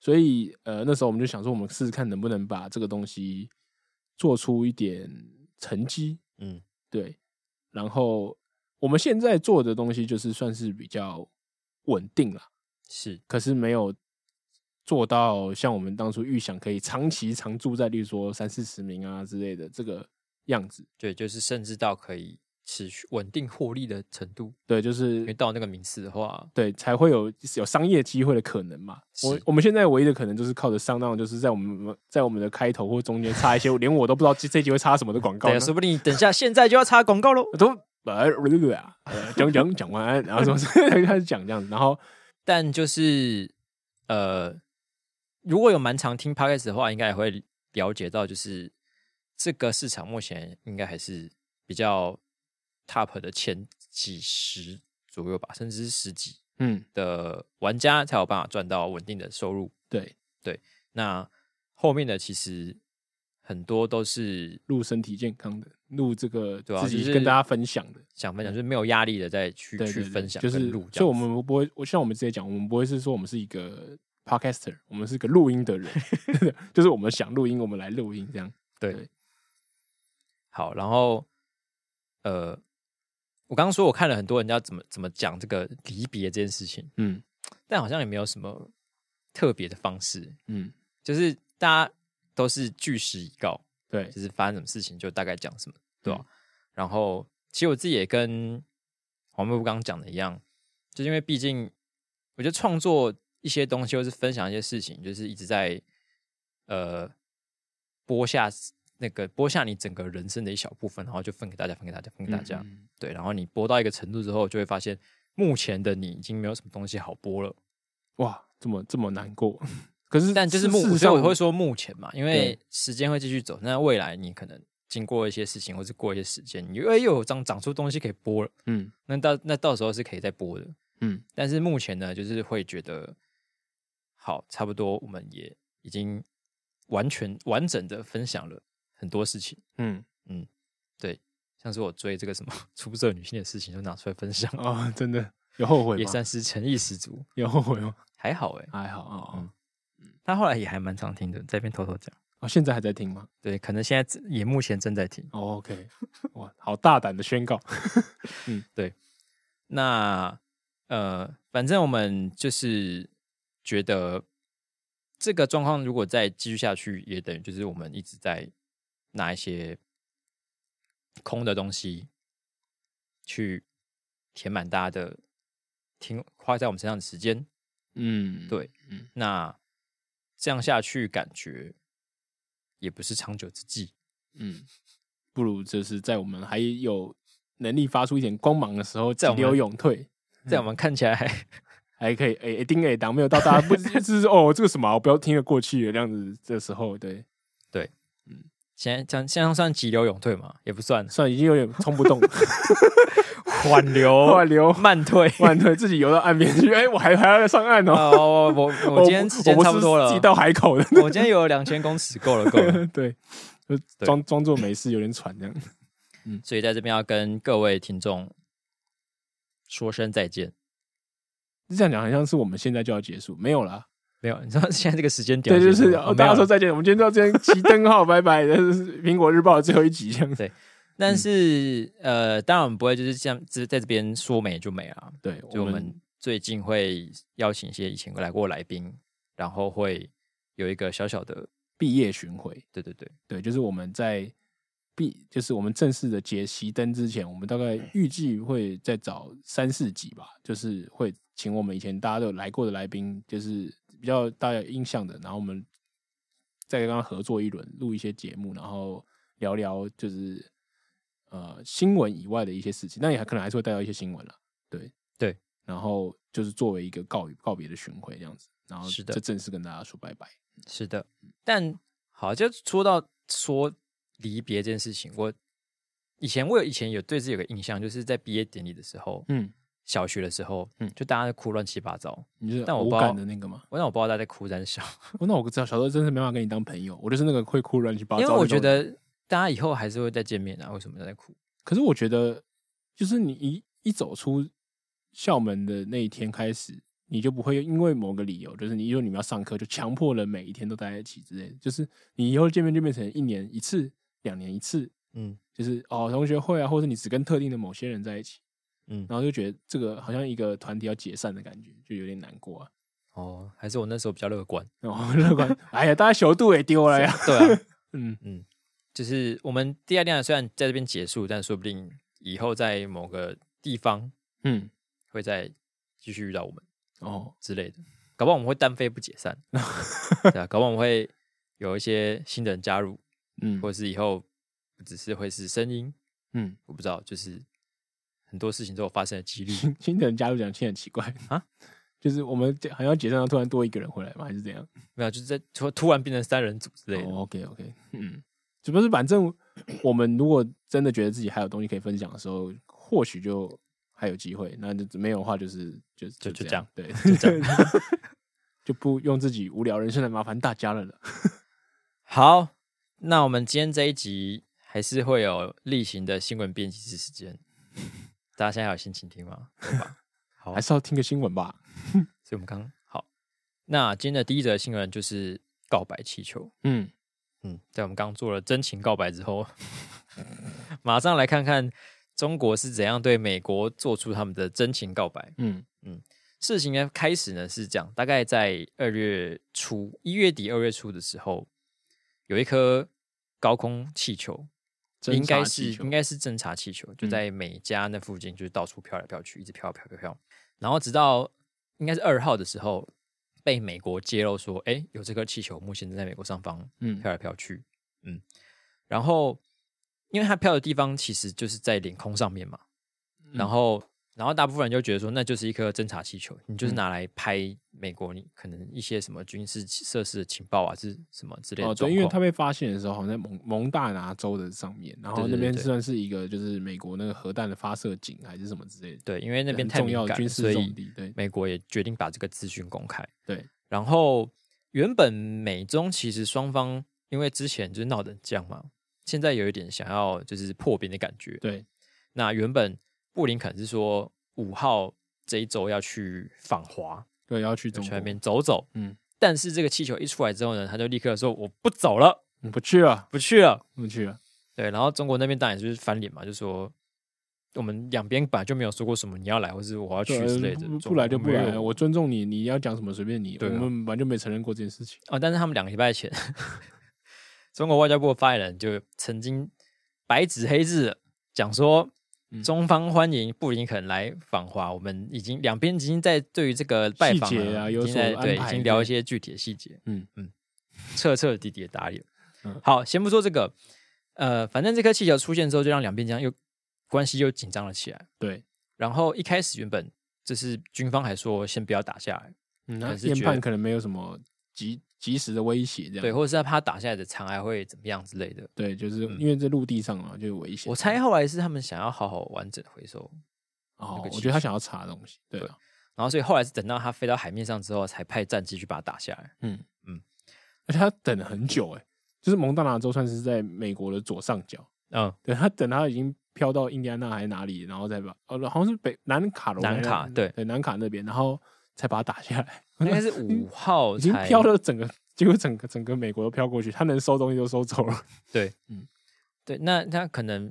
所以呃，那时候我们就想说，我们试试看能不能把这个东西做出一点成绩，
嗯
对。然后我们现在做的东西就是算是比较稳定了，
是
可是没有做到像我们当初预想可以长期常驻在，例如说三四十名啊之类的这个样子。
对，就是甚至到可以持续稳定获利的程度，
对，就
因为
是
到那个名次的话，
对才会有有商业机会的可能嘛。我
是
我们现在唯一的可能就是靠着上当，就是在我们在我们的开头或中间插一些连我都不知道这这集会插什么的广告
对
呢
啊，。说不定等一下现在就要插广告喽。
都呃呃讲讲讲完，然后什么 什么开始讲这样子，然后
但就是呃，如果有蛮常听 podcast 的话，应该也会了解到，就是这个市场目前应该还是比较 top 的前几十左右吧，甚至是十几
嗯
的玩家才有办法赚到稳定的收入。
对，
那后面的其实很多都是
录身体健康的，录这个
对啊
自己
就是
跟大家分享的。
想分享，就是没有压力的再去
对
去
对对
分享
就
跟
是
录这样子，
所以我们不会，我像我们之前讲，我们不会是说我们是一个 podcaster，我们是个录音 的人，就是我们想录音，我们来录音这样。
对
对，
好，然后呃，我刚刚说我看了很多人家怎么怎么讲这个离别这件事情，
嗯
但好像也没有什么特别的方式，
嗯，
就是大家都是据实以告，
对，嗯
就是发生什么事情就大概讲什么，对吧、啊然后其实我自己也跟黄妹夫刚刚讲的一样，就是因为毕竟我觉得创作一些东西或是分享一些事情，就是一直在呃播下那个播下你整个人生的一小部分，然后就分给大家，分给大家，分给大家。
嗯
对，然后你播到一个程度之后，就会发现目前的你已经没有什么东西好播了。
哇，这么这么难过。 可是，
但就是目，
事实
所以
上
我会说目前嘛，因为
对
时间会继续走。那未来你可能经过一些事情，或是过一些时间，你又哎又有长长出东西可以播了。
嗯
那到那到时候是可以再播的。
嗯，
但是目前呢，就是会觉得好，差不多我们也已经完全完整的分享了很多事情，
嗯，
像是我追这个什么 出色女性的事情，就拿出来分享，
哦，真的有后悔
也
吗？
算是诚意十足，
有后悔吗？
还好哎、
还好啊，哦
他后来也还蛮常听的，在那边偷偷讲。
哦，现在还在听吗？
对，可能现在正也目前正在听。
哦 OK，哇，好大胆 的宣告。
那呃，反正我们就是觉得这个状况如果再继续下去，也等于就是我们一直在拿一些空的东西去填满大家的听花在我们身上的时间。
嗯，
对
嗯，
那这样下去，感觉也不是长久之计。
嗯，不如就是在我们还有能力发出一点光芒的时候，急
在我们
流勇退，
在我们看起来 还
还可以哎诶诶叮诶当，没有到大家不就是 哦这个什么啊，我不要听得过去的这样子。这时候对，
现在这样现在算急流勇退嘛，也不算
算已经有点冲不 动了，
缓流
挽留
慢退。
挽退自己游到岸边去，哎，我还还要上岸哦。
哦，我我我今天时间
我
差不多了
我是自，己到海口的，
我今天有两千公尺，够了够了。
对，就装装作没事，有点喘这样。
所以在这边要跟各位听众说声再见。
这样讲好像是我们现在就要结束，没有啦。
没有，你知道现在这个时间点要
对，就
结束
是
了，哦没
大
有
家说
了。
再见，我们今天到这边，熄灯号，拜拜。这是苹果日报的最后一集，这样子。嗯
但是呃，当然我们不会就是这样，只在这边说没就没啊。
对，
就我们最近会邀请一些以前来过的来宾，然后会有一个小小的，
毕业巡回，
对对对，
对，就是我们在毕，就是我们正式的结熄灯之前，我们大概
嗯
预计会再找三四集吧，就是会请我们以前大家都有来过的来宾，就是比较大家有印象的，然后我们再跟他合作一轮，录一些节目，然后聊聊就是呃新闻以外的一些事情，那也还可能还是会带到一些新闻了，对
对，
然后就是作为一个告告别的巡回这样子，然后
是的
这正式跟大家说拜拜。
是的，但好，就说到说离别这件事情，我以前我有以前有对自己有个印象，就是在毕业典礼的时候，
嗯，
小学的时候，
嗯
就大家都哭乱七八糟，
你是
但我
无
不知道
感的那个吗？
我让我不知道大家在哭在笑，
哦 那我知道，小时候真是没办法跟你当朋友，我就是那个会哭乱七八
因
糟。
为我觉，得大家以后还是会再见面啊，为什么要在哭？
可是我觉得，就是你一一走出校门的那一天开始，你就不会因为某个理由，就是你因为你们要上课，就强迫人每一天都待在一起之类的。就是你以后见面就变成一年一次，两年一次，
嗯
就是哦同学会啊，或者你只跟特定的某些人在一起，
嗯，
然后就觉得这个好像一个团体要解散的感觉，就有点难过啊。
哦，还是我那时候比较乐 观。
然后乐观，哎呀，大家小度也丢了哎呀。
对啊，
嗯，
就是我们第二啊量虽然在这边结束，但说不定以后在某个地方
嗯，
会再继续遇到我们
哦，
之类的，搞不好我们会单飞不解散，对啊，搞不好我们会有一些新的人加入，
嗯，
或者是以后不只是会是声音，
嗯，
我不知道，就是很多事情都有发生的几率
新新的人加入讲听很奇怪
啊，
就是我们好像要解散，然后突然多一个人回来吗？还是怎样？
没有，就是在突突然变成三人组之类的。
哦、，OK OK，嗯，只不过是反正我们如果真的觉得自己还有东西可以分享的时候，或许就还有机会。那就没有的话、就是，就是
就
就
就
样，对，
就这
样， 就不用自己无聊人生来麻烦大家了了。
好，那我们今天这一集还是会有例行的新闻编辑室时间，大家现在还有心情听吗？有吧好
还，是要听个新闻吧。
所以我们刚好。那今天的第一则新闻就是告白气球。
嗯，
嗯，在我们刚做了真情告白之后， 马上来看看中国是怎样对美国做出他们的真情告白。
嗯
事情的开始呢是这样，大概在二月初、一月底、二月初的时候，有一颗高空气球，
侦
应该
察
是
气球嗯
应该是侦察气球，就在美加那附近，就是到处飘来飘去，一直飘飘飘飘。然后直到应该是二号的时候，被美国揭露说，哎，有这颗气球目前正在美国上方
嗯
飘来飘去，嗯，然后因为它飘的地方其实就是在领空上面嘛，
嗯
然后然后大部分人就觉得说那就是一颗侦察气球，你
嗯
就是拿来拍美国你可能一些什么军事设施的情报啊，是什么之类的
哦，
状
对，因为
况，
他被发现的时候，好像在蒙蒙大拿州的上面，然后
对对
那边
对对
算是一个就是美国那个核弹的发射井还是什么之类的，
对，因为那边
很
太
重
敏
要的
感了，
军
所
事重
以
地，对
美国也决定把这个资讯公开。
对，
然后原本美中其实双方因为之前就是闹得很僵嘛，现在有一点想要就是破冰的感觉，
对，
那原本布林肯是说五号这一周要去访华，
对，要去
就
中
去
国
那，边走走。
嗯，
但是这个气球一出来之后呢，他就立刻说我不走了，
嗯不去了，
不去了。
不去了，
对，然后中国那边当然就是翻脸嘛，就说我们两边本来就没有说过什么你要来或是我要去
对
之类的，
不
中
不来就不
没有
来，我尊重你，你要讲什么随便你，我
对啊
们完全没承认过这件事情。
哦，但是他们两个礼拜前，中国外交部发言人就曾经白纸黑字地讲说，
嗯
中方欢迎布林肯来访华，我们已经两边已经在对于这个拜访
细节啊
已
有
经
所
在对，
安
已
排
经聊一些具体的细节，
嗯
嗯，彻彻底底的打脸。
嗯
好，先不说这个，呃，反正这颗气球出现之后，就让两边这样又关系又紧张了起来。
对，
然后一开始原本就是军方还说先不要打下来，
嗯，那
可是
研
觉
判
得
可能没有什么及及时的威胁，这样
对，或者是他怕打下来的残骸会怎么样之类的。
对，就是因为在陆地上嘛，就有危险。
我猜后来是他们想要好好完整回收，
哦
那个，
我
气
觉得他
球
想要查东西，对啊，
然后所以后来是等到它飞到海面上之后，才派战机去把它打下来。
嗯
嗯
嗯，而且他等了很久，哎，就是蒙大拿州算是在美国的左上角，
嗯，
对他等他已经飘到印第安纳还是哪里，然后再把哦，好像是北南卡罗来
南卡对
对南卡那边，然后才把他打下来，
应 该是五号
嗯已经
才
飘了整个，结果整个整个美国都飘过去，他能收东西都收走了。
对，嗯
嗯，
对，那它可能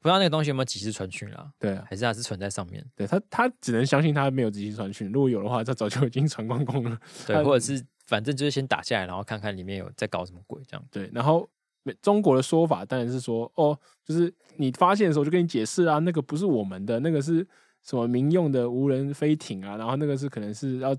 不知道那个东西有没有及时传讯啦，
对啊，
还是它是存在上面，
对他他只能相信他没有直接传讯，如果有的话，他早就已经传光光了。
对，
它
或者是反正就是先打下来，然后看看里面有在搞什么鬼这样。
对，然后美中国的说法当然是说，哦，就是你发现的时候就跟你解释啊，那个不是我们的，那个是什么民用的无人飞艇啊，然后那个是可能是要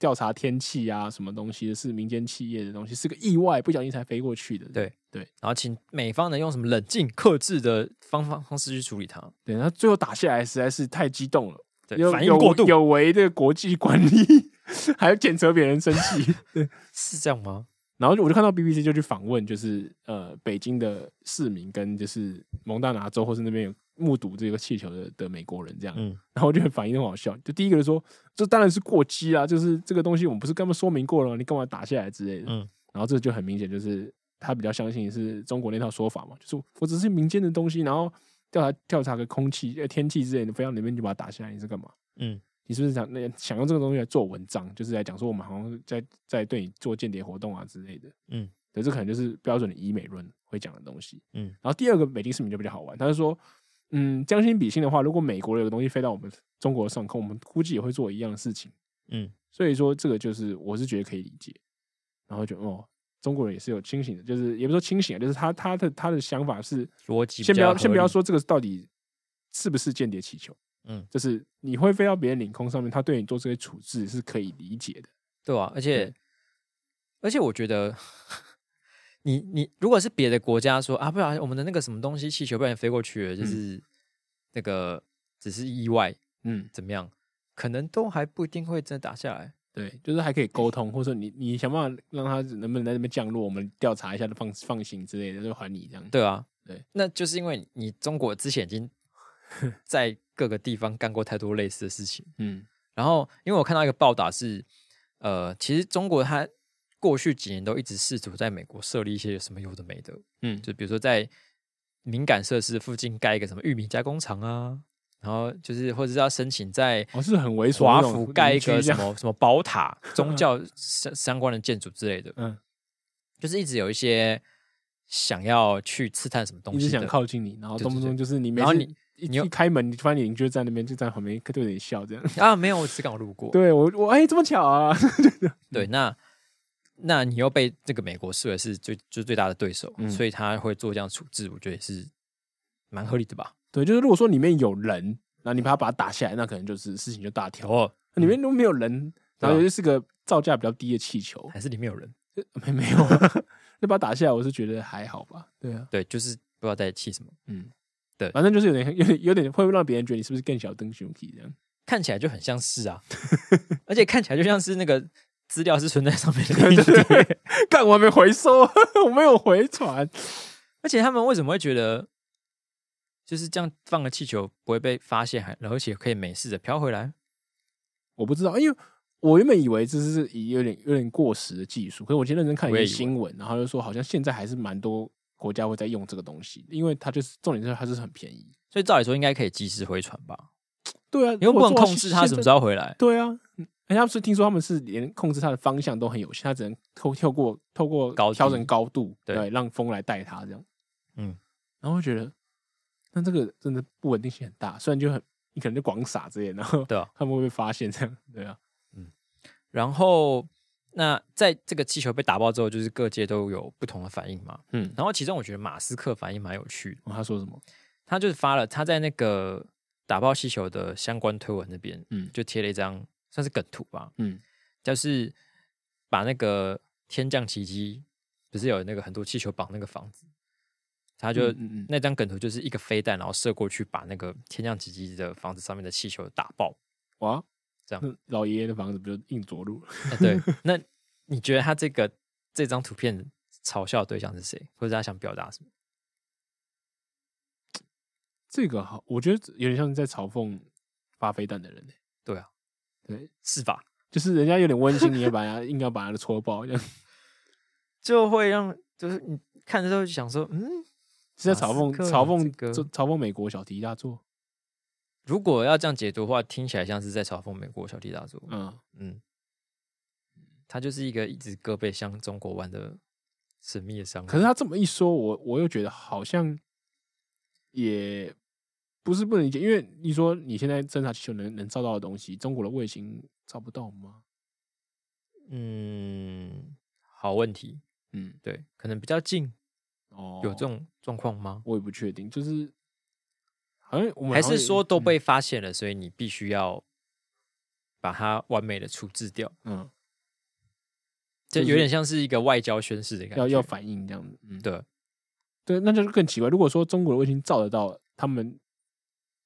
调查天气啊，什么东西的，是民间企业的东西，是个意外，不小心才飞过去的。
对
对
然后请美方能用什么冷静克制的方法方式去处理它，
对，然后最后打下来实在是太激动了，
对，
有
反应
有
过度
有违这个国际管理， 还要检责别人生气。
是这样吗？
然后我就看到 BBC 就去访问，就是呃北京的市民跟就是蒙大拿州或是那边有目睹这个气球的的美国人这样，
嗯
然后我就很反应很好笑。就第一个就说，这当然是过激啊，就是这个东西我们不是跟他们说明过了吗，你干嘛打下来之类的。
嗯
然后这就很明显就是他比较相信是中国那套说法嘛，就是我只是民间的东西，然后调查调查个空气、呃天气之类的，非要里面就把它打下来，你是干嘛？
嗯，
你是不是想那想用这个东西来做文章，就是来讲说我们好像在在对你做间谍活动啊之类的？
嗯，
对，这可能就是标准的以美论会讲的东西。
嗯，
然后第二个美金市民就比较好玩，他就说，嗯，将心比心的话，如果美国有个东西飞到我们中国上空，我们估计也会做一样的事情。
嗯
所以说，这个就是我是觉得可以理解。然后就哦，中国人也是有清醒的，就是也不说清醒啊，就是他他的他的想法是，
逻辑比
先不
较
要先不要
合理
说这个到底是不是间谍气球，
嗯
就是你会飞到别人领空上面，他对你做这些处置是可以理解的。
对啊，而且而且我觉得 你你如果是别的国家说啊，不然我们的那个什么东西气球被人飞过去了，就是那个只是意外
嗯，
怎么样，可能都还不一定会真的打下来。
对，就是还可以沟通，或者说你你想办法让他能不能在那边降落，我们调查一下，放放行之类的，就还你这样。
对啊，
对，
那就是因为你中国之前已经 在各个地方干过太多类似的事情，
嗯
然后因为我看到一个报道是，呃，其实中国它过去几年都一直试图在美国设立一些什么有的没的，
嗯，
就比如说在敏感设施附近盖一个什么玉米加工厂啊，然后就是或者是要申请在
我、哦、是很猥琐
华
那种邻居这样，
府盖一个什么什么宝 塔、宗教相相关的建筑之类的，
嗯，
就是一直有一些想要去刺探什么
一
东
直
西的
想，靠近你，然后
对
动不
对对
动就是你每
然后
次
你
一
你又
一开门，你发现你邻居在那边就在旁边对着你笑这样。
啊，没有，我只刚好路过。
对我我哎、这么巧啊！
对，那那你又被这个美国视为是最就是最大的对手，
嗯
所以他会做这样处置，我觉得也是蛮合理的吧。
对，就是如果说里面有人，然后你把他把他打下来，那可能就是事情就大条。
哦，
那里面如果没有人，然后
对啊
尤其是个造价比较低的气球，
还是里面有人，
没没有啊， 那把他打下来，我是觉得还好吧。对啊，
对，就是不知道在气什么，
嗯，
对
反正就是有点有点有点会让别人觉得你是不是更小灯熊体这样。
看起来就很像是啊， 而且看起来就像是那个资料是存在上面 的链接，
干，我还没回收， 我没有回传。
而且他们为什么会觉得？就是这样放个气球不会被发现，还而且可以没事的飘回来。
我不知道，因为我原本以为这是以有点有点过时的技术，可是我今天认真看一
我也
些
以为
新闻，然后就说好像现在还是蛮多国家会在用这个东西，因为它就是重点是它就是很便宜。
所以照理说应该可以及时回传吧，
对啊，
你又不能
如果做到
控制它
现
什么时
在？
候回来。
对啊，嗯人家不是听说他们是连控制它的方向都很有限，它只能透透过透过
高
调
低
整高度，
对
对，让风来带它这样。
嗯，
然后我觉得，那这个真的不稳定性很大，虽然就很你可能就广撒这些，然后
对啊
他们会被发现这样，对啊，
然后，那在这个气球被打爆之后，就是各界都有不同的反应嘛。
嗯。
然后，其中我觉得马斯克反应蛮有趣的，
哦他说什
嗯
么？
他就是发了他在那个打爆气球的相关推文那边，
嗯
就贴了一张算是梗图吧，
嗯
就是把那个天降奇迹不是有那个很多气球绑那个房子，他就、
嗯嗯嗯
那张梗图就是一个飞弹，然后射过去，把那个天降奇迹的房子上面的气球打爆。
哇，
这样
那老爷爷的房子不就硬着陆了？
哎 对，那你觉得他这个这张图片嘲笑的对象是谁，或者他想表达什么？
这个好，我觉得有点像是在嘲讽发飞弹的人、欸、
对啊，
对，
是吧？
就是人家有点温馨，你也把人家硬要把他的戳爆，这样
就会让就是你看的时候就想说，嗯，
是在嘲讽
马斯克
嘲讽
这个
嘲嘲讽美国小题大做。
如果要这样解读的话，听起来像是在嘲讽美国小弟大叔。
嗯，
嗯，他就是一个一直胳膊向中国玩的神秘的商人。
可是他这么一说，我我又觉得好像也不是不能理解，因为你说你现在侦察气球能能照到的东西，中国的卫星照不到吗？
嗯，好问题，
嗯，
对，可能比较近，
哦，
有这种状况吗？
我也不确定，就是好像我们
还
好像
是说都
嗯
被发现了，所以你必须要把它完美的处置掉？
嗯
这
就
有
是
点像是一个外交宣誓的感觉。
要要反应这样子。嗯，
对，
对，那就是更奇怪。如果说中国的卫星照得到，他们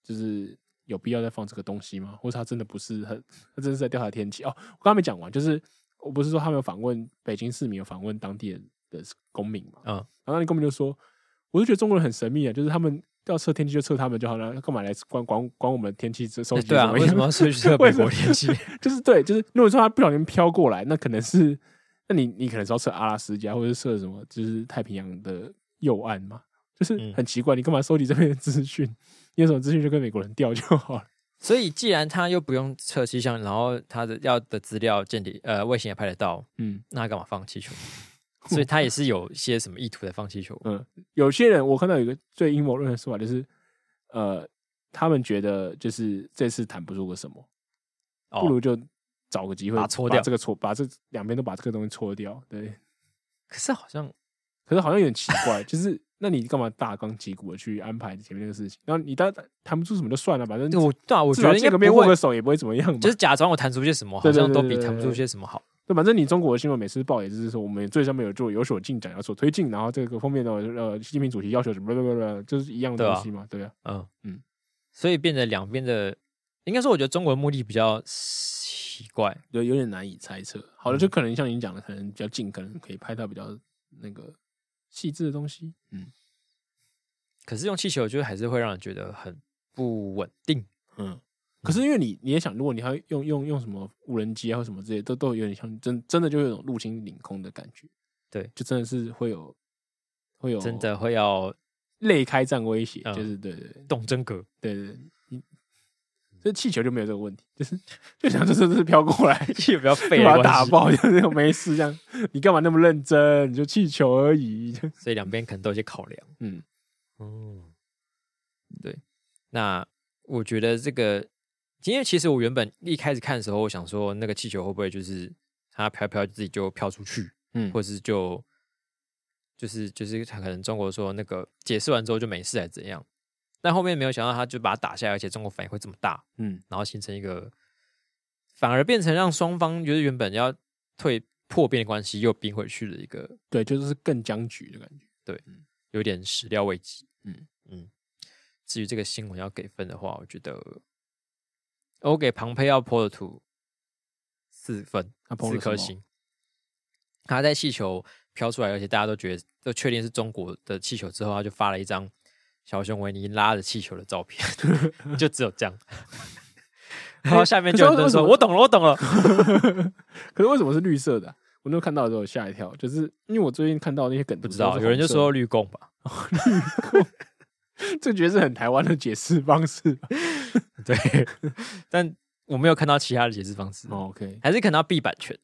就是有必要再放这个东西吗？或者他真的不是很，他真的是在调查天气？哦，我刚刚没讲完，就是我不是说他们有访问北京市民，有访问当地的的公民嘛？
嗯，
然后那个公民就说，我就觉得中国人很神秘啊，就是他们要测天气就测他们就好了，干嘛来管管管我们的天气收收
哎
集
对啊，
什
为什么要吹 这个
为
美
什么
国天气？
就是对，就是如果说他不小心飘过来，那可能是，那你你可能是要射阿拉斯加，或者是射什么，就是太平洋的右岸嘛，就是
嗯
很奇怪，你干嘛收集这边的资讯？你有什么资讯就跟美国人调就好了。
所以既然他又不用测气象，然后他的要的资料间谍呃卫星也拍得到，
嗯，
那他干嘛放气球？所以他也是有一些什么意图在放气球
嗯有些人我看到有一个最阴谋论的说法，就是呃，他们觉得就是这次谈不出个什么，不
哦
如。就找个机会
把它搓掉
这个搓，把这两边都把这个东西搓掉。对，
可是好像
可是好像有点奇怪， 就是那你干嘛大纲旗鼓的去安排前面那个事情？然后你当然谈不出什么就算了，反正
我对啊，我
至
觉
少
得应
见
该
个
不
面握
会
个，手也不会怎么样嘛。
就是假装我弹出些什么，好
对对
像
对
都
对
比
对
弹不
对
出些什么好。
对，反正你中国的新闻每次报也就是说，我们最上面有做有所进展，有所推进，然后这个封面的呃，习近平主席要求什么，不不不，就是一样的
对啊
东西嘛，对啊，
嗯
嗯
嗯，所以变得两边的，应该说我觉得中国的目的比较奇怪。
有有点难以猜测。好了，就可能像你讲的，可能比较近，可能可以拍到比较那个细致的东西，嗯
可是用气球就还是会让人觉得很不稳定。
嗯。可是因为你你也想，如果你还要用用用什么无人机啊或什么之类，都都有点像真真的就有一种入侵领空的感觉，
对
就真的是会有会有
真的会要
类开战威胁，
嗯
就是对对对。
动真格，，
对对，对你所以气球就没有这个问题，就是 就想这这这飘过来
气球不要废
就
了
把它
关
打
系，
爆，就是那种没事这样。你干嘛那么认真？你就气球而已。 就
所以两边可能都有一些考量。
嗯，
嗯，对。那我觉得这个，因为其实我原本一开始看的时候，我想说那个气球会不会就是它飘一飘自己就飘出去，
嗯
或是就就是就是他可能中国说那个解释完之后就没事还是怎样，但后面没有想到他就把它打下来，而且中国反应会这么大，
嗯
然后形成一个反而变成让双方就是原本要退破冰的关系又冰回去的一个
对，就是更僵局的感觉。
有点始料未及。
嗯
嗯，至于这个新闻要给分的话，我觉得我给庞佩奥泼的图四分，
他碰
四
了
颗
什么，
星。他在气球飘出来，而且大家都觉得都确定是中国的气球之后，他就发了一张小熊维尼拉着气球的照片， 就只有这样。 然后下面就有
哎
人说：“我懂了，我 懂了。
可是为什么是绿色的啊、我那时候看到的时候吓一跳，就是因为我最近看到那些梗”
不
图都
知
是红
道，
色的，
有人就说绿共吧，
这绝对是很台湾的解释方式。
对，但我没有看到其他的解释方式，
哦 OK，
还是可能要避版权，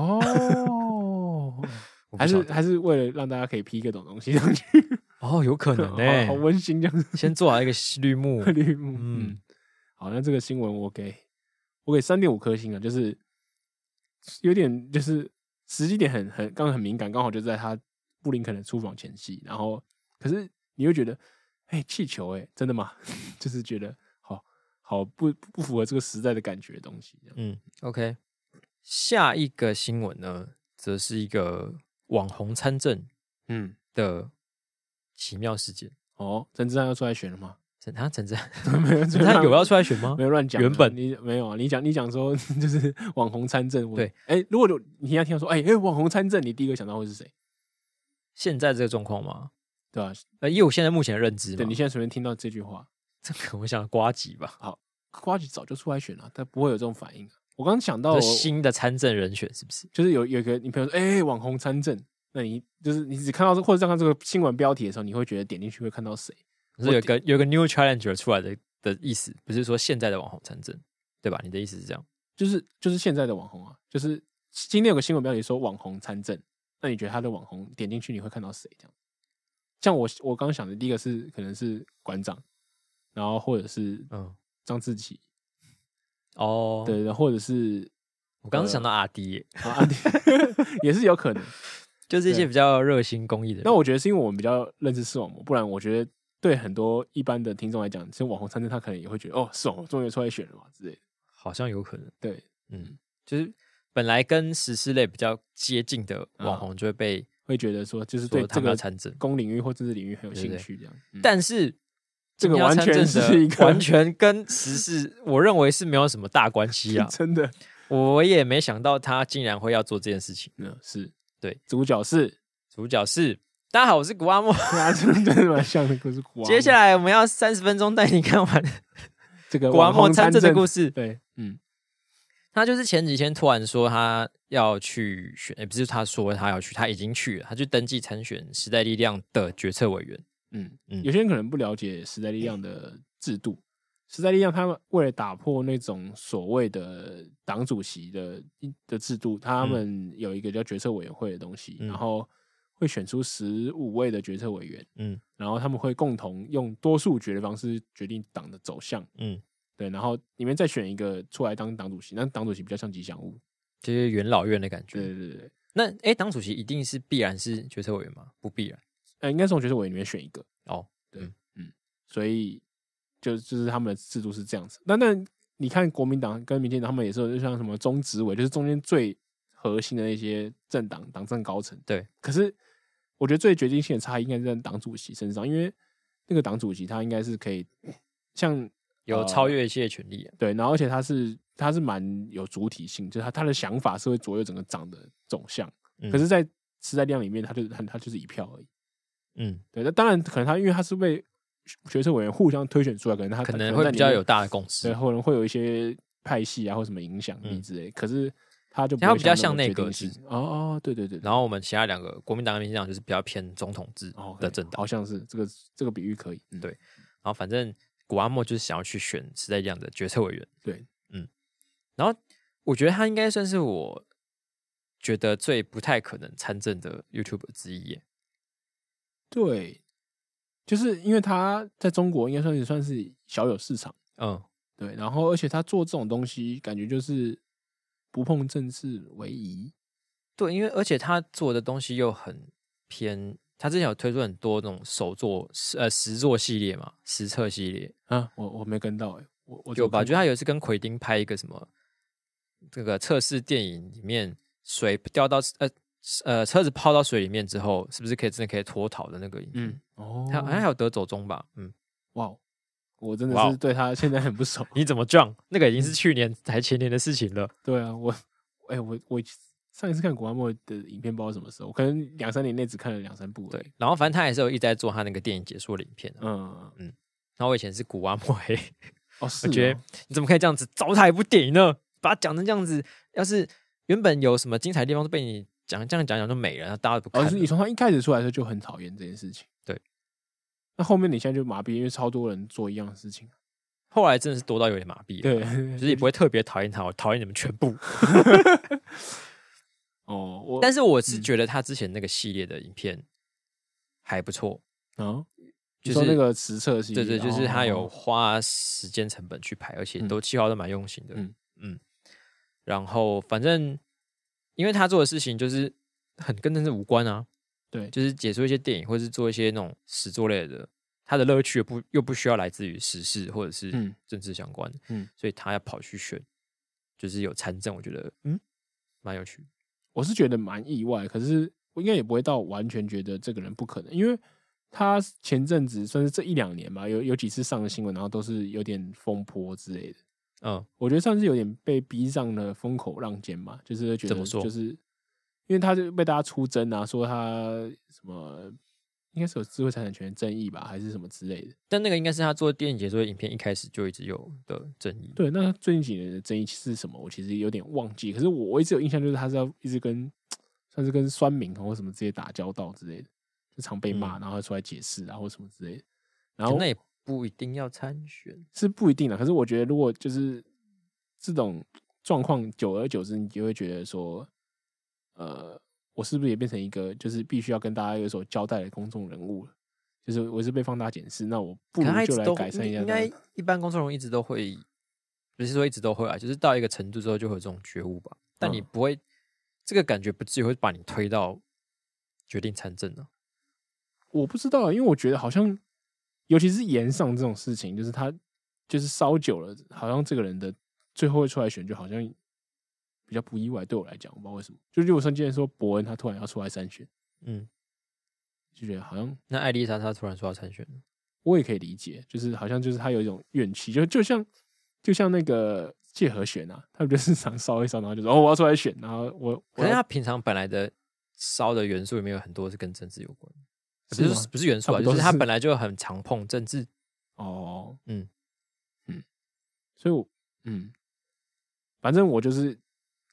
哦，
我不
还是
晓得
还是为了让大家可以 P 各种东西上去，
哦，有可能
好
呢、
好温馨这样子。，
先做好一个绿幕
绿幕。
嗯
嗯，好，那这个新闻我给我给三点五颗星啊，就是有点就是时机点很很刚好很敏感，刚好就在他布林肯的出访前夕，然后可是你又觉得，哎、气球、哎，真的吗？ 就是觉得好好不不符合这个时代的感觉的东西，这样
嗯，OK。下一个新闻呢，则是一个网红参政
嗯，
的奇妙事件。
哦，陈志安要出来选了吗？
陈他陈志安，
没有，
陈志安有要出来选吗
啊没？有乱讲啊。
原本
你没有啊，你讲你讲说 就是网红参政，我
对，
哎、如果有你要听到说，哎、哎、网红参政，你第一个想到会是谁？
现在这个状况吗？
对吧、
呃，以我现在目前的认知嘛，
对你现在随便听到这句话，
这个 我想瓜吉吧，
瓜吉早就出来选了，他不会有这种反应啊。我刚想到
这
我，
新的参政人选是不是？
就是有有一个女朋友说，哎、网红参政，那你就是你只看到这或者看到这个新闻标题的时候，你会觉得点进去会看到谁？
是有个有个 new challenger 出来的的意思，不是说现在的网红参政，对吧？你的意思是这样？
就是就是现在的网红啊，就是今天有个新闻标题说网红参政，那你觉得他的网红点进去你会看到谁？这样，像我我刚想的第一个是可能是馆长，然后或者是
嗯，
张志奇，
哦，，
对，然后或者是
我刚刚想到阿迪耶，
啊安迪， 也是有可能。
就是一些比较热心公益的人。
那我觉得是因为我们比较认识视网膜，不然我觉得对很多一般的听众来讲，其实网红参政他可能也会觉得哦，视网膜终于出来选了嘛之类的。
好像有可能。
对，
嗯，就是本来跟实施类比较接近的网红就会被
会觉得说就是啊对
说他
这
们要
个
参政，
公领域或政治领域很有
对对
兴
对
趣这样。嗯
但是
这
今
个
天要
完全
参政的
是一 个。
完全跟时事，我认为是没有什么大关系啊
真的，
我也没想到他竟然会要做这件事情。
嗯，是
对
主角是
主角是大家好，我是古阿莫。
啊，真的真的蛮像的故事。古阿莫
接下来我们要三十分钟带你看完
这个
古阿
呃网
莫
红
参政的故
事，
事。
对，嗯
他就是前几天突然说他要去选，也、不是他说他要去，他已经去了，他去登记参选时代力量的决策委员。
嗯
嗯
有些人可能不了解时代力量的制度，时代力量他们为了打破那种所谓的党主席的的制度，他们有一个叫决策委员会的东西，
嗯
然后会选出十五位的决策委员，
嗯
然后他们会共同用多数决的方式决定党的走向。
嗯，
对，然后里面再选一个出来当党主席，那党主席比较像吉祥物。
就是元老院的感觉。
对对对对对，
那哎，党主席一定是必然是决策委员吗？不必然。
呃，应该从决策委员里面选一个。
哦，
对
嗯，
嗯，所以就就是他们的制度是这样子。那那你看国民党跟民进党，他们也是有就像什么中执委，就是中间最核心的那些政党党政高层。
对，
可是我觉得最决定性的差异应该是在党主席身上，因为那个党主席他应该是可以像哦
有超越一切权利、啊。
对，然后而且他是他是蛮有主体性，就是他他的想法是会左右整个党的走向。
嗯
可是，在时代力量里面，他就他他就是一票而已。
嗯，
对，那当然可能他因为他是被学生委员互相推选出来，可能他
可能会比较有大的共识
对，，可能会有一些派系啊或什么影响力
嗯
之类。可是他就不
他
会
比较
像
像
那
内
么决
阁
定
制
性哦哦，对对对，
然后我们其他两个国民党跟民进党就是比较偏总统制
哦
的政党。
好像是这个这个比喻可以，嗯
对然后反正古阿莫就是想要去选时代力量的决策委员。
对，
嗯，然后我觉得他应该算是我觉得最不太可能参政的 YouTube 之一耶。
对，就是因为他在中国应该算是算是小有市场。
嗯，
对，然后而且他做这种东西，感觉就是不碰政治为宜。
对，因为而且他做的东西又很偏，他之前有推出很多那种手作呃实作系列嘛，实测系列，
啊，我我没跟到哎、我我
有吧？就
觉得
他有一次跟奎丁拍一个什么这个测试电影，里面水掉到呃呃车子泡到水里面之后，是不是可以真的可以脱逃的那个影
嗯
片？
哦，
他好哎像还有得走中吧？嗯，
哇哦，我真
哇
的
哦。
是对他现在很不熟
你怎么撞？那个已经是去年还前年的事情了。
对啊，我哎、我我上一次看古阿莫的影片，不知道什么时候，我可能两三年内只看了两三部。
对，，然后反正他还是有一直在做他那个电影解说的影片、啊。
嗯，
然后我以前是古阿莫黑，
哦，是哦，
我觉得你怎么可以这样子糟蹋一部电影呢？把它讲成这样子，要是原本有什么精彩的地方都被你讲这样讲讲就没了，那大家都不看
哦，
了。
是你从他一开始出来的时候就很讨厌这件事情。
对，
那后面你现在就麻痹，因为超多人做一样的事情。
后来真的是多到有点麻痹了。
对，
就是也不会特别讨厌他，我讨厌你们全部。
哦，我
但是我是
嗯
觉得他之前那个系列的影片还不错，
啊，
就
你
是
说那个实测系列，
对对，就是他有
哦
花时间成本去拍，而且
嗯
都计划都蛮用心的。嗯
嗯
然后反正因为他做的事情就是很跟政治无关啊，
对
就是解说一些电影或是做一些那种实作类的，他的乐趣又不又不需要来自于时事或者是
嗯
政治相关，嗯
嗯，
所以他要跑去选，就是有参政，我觉得嗯蛮有趣的，
我是觉得蛮意外，可是我应该也不会到完全觉得这个人不可能，因为他前阵子算是这一两年吧，有有几次上了新闻，然后都是有点风波之类的。
嗯
我觉得算是有点被逼上了风口浪尖嘛，就是会觉
怎
得
么说
就是因为他就被大家出征啊，说他什么应该是有智慧财产权的争议吧，还是什么之类的。
但那个应该是他做电影解说影片一开始就一直有的争议。
对，那他最近几年的争议是什么？我其实有点忘记，可是我我一直有印象，就是他是要一直跟算是跟酸民啊或什么之类打交道之类的，就常被骂，
嗯
然后他出来解释啊或什么之类的。然
可
后
那也不一定要参选，
是不一定的，可是我觉得如果就是这种状况，久而久之，你就会觉得说，呃，我是不是也变成一个就是必须要跟大家有所交代的公众人物了？就是我是被放大检视，那我不
可能他
如
一
就
直
来
都
改善一
应
下
应
他
该
的。
一般公众人物一直都会，不是说一直都会啊，就是到一个程度之后就会有这种觉悟吧。但你
嗯
不会，这个感觉不至于会把你推到决定参政的、
我不知道，啊因为我觉得好像，尤其是延上这种事情，就是他就是烧久了，好像这个人的最后会出来选，就好像比较不意外。对我来讲，我不知道为什么。就如果说今天说伯恩他突然要出来参选，
嗯，
就觉得好像
那艾丽莎她突然说要参选了，
我也可以理解，就是好像就是他有一种怨气，就就像就像那个谢和弦啊，他不就是常烧一烧，然后就说哦我要出来选，然后我
可
我
能
要
她平常本来的烧的元素里面有很多是跟政治有关，不
啊是
是
吗
不是元素
她
啊，
不
就
都
是她
是
本来就很常碰政治。
哦，
嗯
嗯，所以我嗯，反正我就是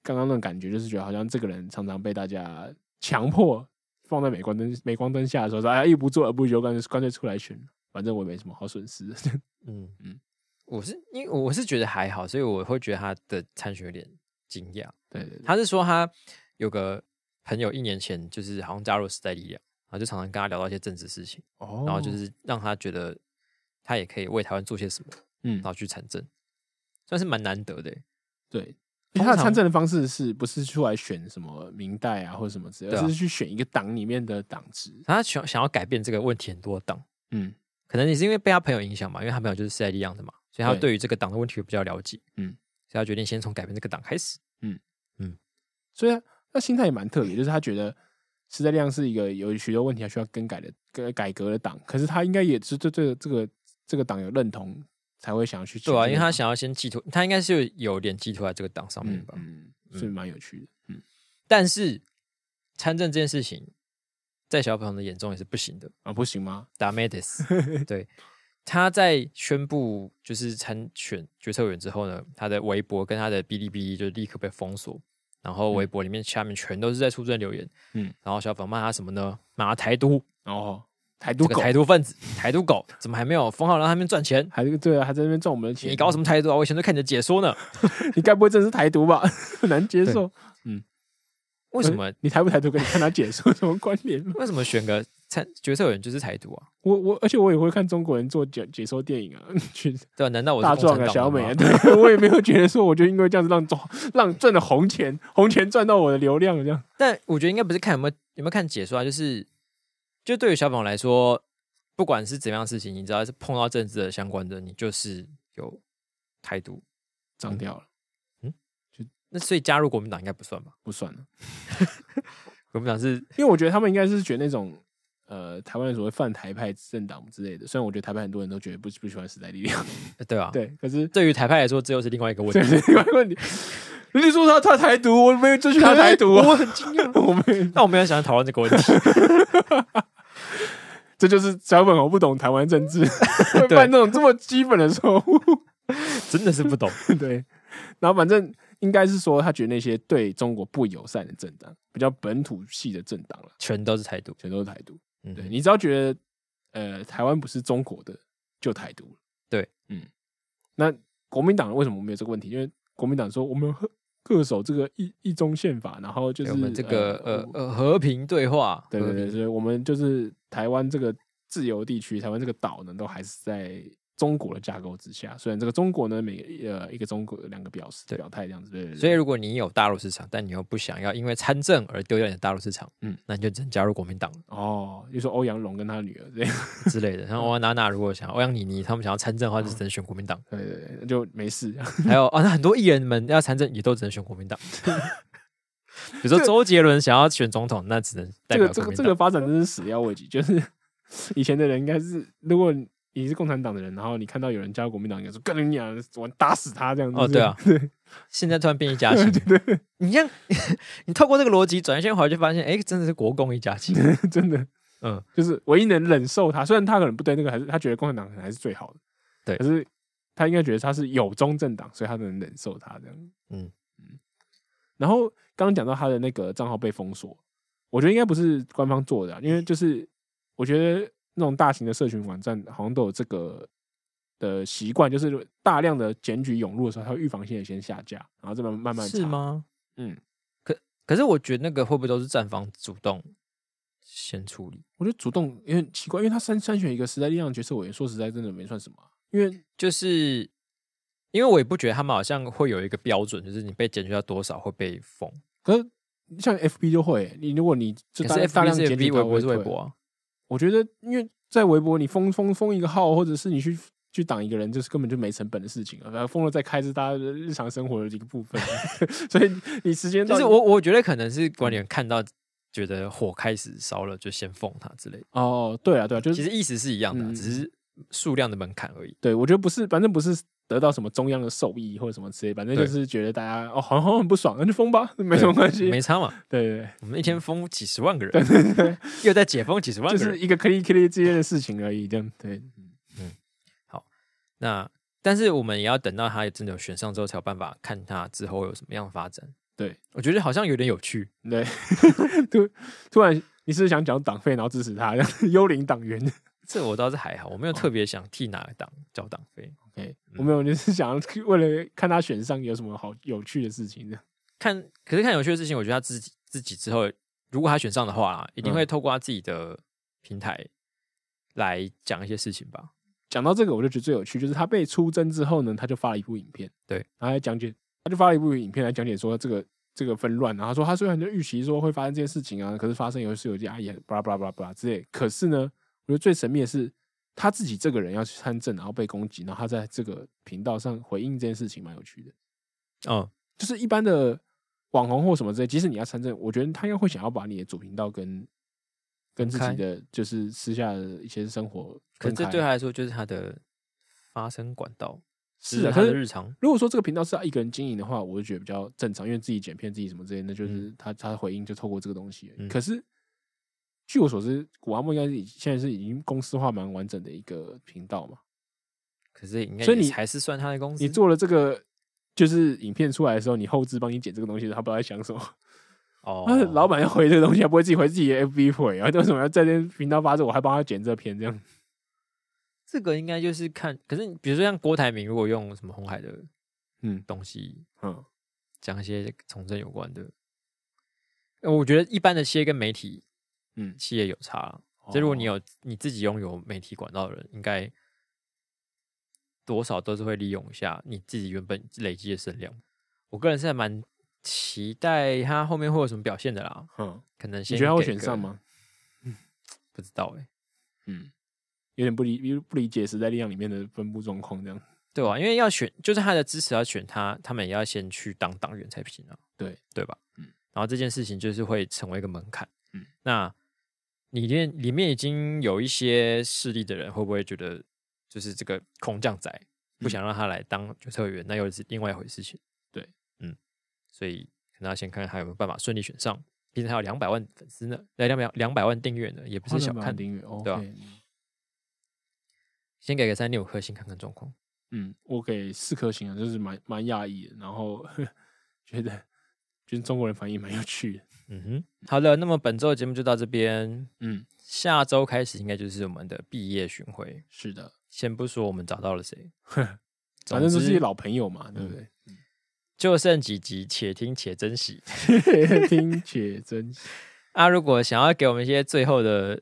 刚刚那种感觉，就是觉得好像这个人常常被大家强迫放在镁光灯镁光灯 下的时候说，哎呀，一不做二不休，干脆干脆出来选，反正我也没什么好损失的。
嗯嗯
嗯，
我是因为我是觉得还好，所以我会觉得他的参选有点惊讶。
对对对，
他是说他有个朋友一年前就是好像加入时代力量，然后就常常跟他聊到一些政治事情，
哦
然后就是让他觉得他也可以为台湾做些什么，
嗯
然，后去参政，算是蛮难得的欸。
对。
通
而且他的
常
参政的方式是不是出来选什么明代啊，或者什么之类的，
对啊
而是去选一个党里面的党职。
他想想要改变这个问题很多党，
嗯
可能也是因为被他朋友影响吧，因为他朋友就是时代力量的嘛，所以他
对
对于这个党的问题比较了解。
嗯，
所以他决定先从改变这个党开始。
所以他他心态也蛮特别，就是他觉得时代力量是一个有许多问题还需要更改的、改改革的党，可是他应该也是对这个这个这个党有认同，才会想要去
对啊，因
选这
为
个
他
党
想要先寄托，他应该是有点寄托在这个党上面
嗯
吧。
嗯，所以蛮有趣的。嗯，
但是参政这件事情，在小朋友的眼中也是不行的。
啊，不行吗？
达梅德 斯，对，他在宣布就是参选决策委员之后呢，他的微博跟他的哔哩哔哩就立刻被封锁，然后微博里面下面全都是在出征留言，
嗯，
然后小粉骂他什么呢？骂他台独，
哦，台
这
独
个
狗，
台独分子，台独狗，怎么还没有封号让他们赚钱？
还对啊，还在那边赚我们的钱，
你搞什么台独啊？我以前都看你的解说呢，
么？你该不会真的是台独吧？ 很难接受。
为
嗯
什么？
你台不台独跟你看他解说有什 么关联吗？
为什么选个参决策委员就是台独啊？
我我，而且我也会看中国人做解解说电影啊， 去
对啊，难道我
大
是共
壮
产
啊、
党
小
的
美
吗
啊，对 我也没有觉得说，我就因为这样子让赚让赚了红钱，红钱赚到我的流量这样。
但我觉得应该不是看有没有有没有看解说啊，就是就对于小粉红来说，不管是怎么样的事情，你只要是碰到政治的相关的，你就是有台独。
涨掉了，
那所以加入国民党应该不算吧？
不算了，
国民党是
因为我觉得他们应该是选那种呃台湾所谓泛台派政党之类的。虽然我觉得台派很多人都觉得不不喜欢时代力量，
呃对啊，，
对，可是
对于台派来说，这又是另外一个问
这
题。
是另外一个问题。你说他他台独，我没有追求他台独、啊，我很惊讶， 我们
那我们要想讨论这个问题，
这就是小粉红不懂台湾政治，会犯这种这么基本的错误。
真的是不懂。
对，然后反正应该是说，他觉得那些对中国不友善的政党，比较本土系的政党了，
全都是台独。
全都是台独。
嗯，
对你只要觉得呃台湾不是中国的，就台独了。
对，
嗯，那国民党为什么没有这个问题？因为国民党说我们恪恪守这个一一中宪法，然后就
对
是
我们这个
呃
呃呃和平对话，
对
和
对
平
对，所以我们就是台湾这个自由地区，台湾这个岛呢，都还是在中国的架构之下。虽然这个中国呢，每呃一个中国两个表示
对
表态这样子，对对对
所以，如果你有大陆市场，但你又不想要因为参政而丢掉你的大陆市场，
嗯
嗯，那你就只能加入国民党了。
哦，就说欧阳龙跟他女儿这样，
之类的。
嗯
像欧阳娜娜如果想欧阳妮妮他们想要参政的话，就只能选国民党
。对对对，那就没事。
还有啊，那很多艺人们要参政也都只能选国民 党。比如说周杰伦想要选总统，那只能代
这个
表
这
国
个
民
这
党。
个发展真是始料未及，就是 以前的人应该是，如果你是共产党的人，然后你看到有人加入国民党，应该说跟你讲，我打死他这样子。
哦，对啊，现在突然变一家 亲，你这样，你透过这个逻辑转一圈回来，就发现，哎，真的是国共一家 亲。
真的，
嗯，
就是唯一能忍受他，虽然他可能不对那个，还是他觉得共产党可能还是最好的，
对
可是他应该觉得他是有中政党，所以他能忍受他这样。
嗯
然后刚刚讲到他的那个账号被封锁，我觉得应该不是官方做的、啊，因为就是我觉得那种大型的社群网站好像都有这个的习惯，就是大量的检举涌入的时候，它会预防性的先下架，然后再慢慢慢
是
查？
吗？
嗯，
可是我觉得那个会不会都是站方主动先处理？
我觉得主动有点奇怪，因为他三三选一个时代力量的角色委员，说实在真的没算什么啊、因为
就是因为我也不觉得他们好像会有一个标准，就是你被检举到多少会被封。
可是像 FB 就会欸、你如果你就
可
大
是
大
FB
量
是
检
FB，
举，
微博是微
微
博。啊。
我觉得，因为在微博你封封封一个号，或者是你去去挡一个人，就是根本就没成本的事情啊。然后封了再开是大家的日常生活的一个部分， 所以你嗯时间到
就是我我觉得可能是管理员看到觉得火开始烧了，就先封他之类的。
哦，对啊，对啊，就
其
是
实意思是一样的啊，
嗯
只是数量的门槛而已。
对我觉得不是，反正不是得到什么中央的授意或者什么之类，反正就
对
是觉得大家哦，好像很不爽，那就封吧， 没什么关系。
没差嘛。
对对
我们一天封几十万个人，又在解封几十
对，
万
就
个
是
人。
一个 click click 之间的事情而已，这样对。
那但是我们也要等到他真的有选上之后，才有办法看他之后有什么样的发展。
对，
我觉得好像有点有趣。
对，突突然，你是不是想讲党费，然后支持他，这样幽灵党员？
这我倒是还好，我没有
哦
特别想替哪个党交党费。
OK，我 没有，就是想为了看他选上有什么好有趣的事情的。
看，可是看有趣的事情，我觉得他自己自己之后，如果他选上的话，一定
嗯
会透过他自己的平台来讲一些事情吧。
讲到这个，我就觉得最有趣，就是他被出征之后呢，他就发了一部影片，
对，
然后来讲解，他就发了一部影片来讲解说这个这个纷乱，然后他说他虽然就预期说会发生这件事情啊，可是发生有是有些阿姨巴拉巴拉巴拉巴拉之类，可是呢，我觉得最神秘的是他自己这个人要去参政，然后被攻击，然后他在这个频道上回应这件事情，蛮有趣的。哦
嗯，
就是一般的网红或什么之类，即使你要参政，我觉得他应该会想要把你的主频道跟跟自己的就是私下的一些生活
可
分
是这
开。
对他来说就是他的发声管道，
是
就
啊，
他
可
的
是
日常。
如果说这个频道是他一个人经营的话，我就觉得比较正常，因为自己剪片、自己什么之类的，那就是他、他的回应就透过这个东西而已。
嗯
可是据我所知，古阿莫应该是已现在是已经公司化蛮完整的一个频道嘛。
可是应该
所以
也
你
还是算他的公司。
你做了这个就是影片出来的时候，你后置帮你剪这个东西，他不知道在想什么。
哦，
但是老板要回这个东西，他不会自己回自己的 FB 回啊？为 什么要在这频道发这？我还帮他剪这篇这样？
这个应该就是看，可是比如说像郭台铭，如果用什么红海的
嗯
东西
嗯，
讲一些从政有关的，呃我觉得一般的企业跟媒体，
嗯
企业有差。所以如果你
哦
有你自己拥有媒体管道的人，应该多少都是会利用一下你自己原本累积的声量。我个人是还蛮期待他后面会有什么表现的啦，
嗯，
可能先
你觉得他会
给
选
个
上？吗？
不知道哎、
嗯，有点不理不理解时代力量里面的分布状况这样。
对吧、因为要选，就是他的支持要选他，他们也要先去当党员才行啊，
对
对吧？
嗯，
然后这件事情就是会成为一个门槛。
嗯，
那里面里面已经有一些势力的人，会不会觉得就是这个空降仔不
嗯
想让他来当决策员，那又是另外一回事情。
对，
嗯，所以可能要先看看他有没有办法顺利选上，毕竟他有两百万粉丝呢，来两百两百万订阅呢，也不是小看。
订阅哦，
对啊
OK
先给个三点五颗星看看状况。
嗯，我给四颗星啊，就是蛮蛮讶异的，然后 觉得觉得中国人反应蛮有趣的。
嗯哼，好了，那么本周的节目就到这边。
嗯，
下周开始应该就是我们的毕业巡回。
是的，
先不说我们找到了谁，
反
总
正都是一些
之嗯
老朋友嘛，对不对？
就剩几集，且听且珍惜。
听且 珍惜，
啊，如果想要给我们一些最后的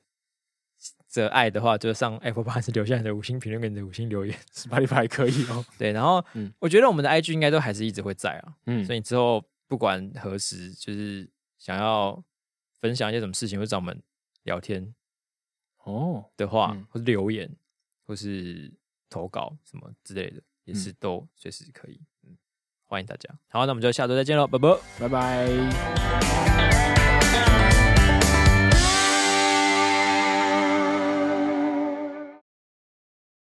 这爱的话，就上 Apple Podcast 留下你的五星评论跟你的五星留言。
s p o t i 可以哦。
对，然后、
嗯
我觉得我们的 IG 应该都还是一直会在啊，
嗯
所以你之后不管何时，就是想要分享一些什么事情，或者找我们聊天，
哦，
的话，
嗯
或是留言，或是投稿什么之类的，也是都随时可以。嗯，欢迎大家。好，那我们就下周再见喽，拜拜。
拜拜。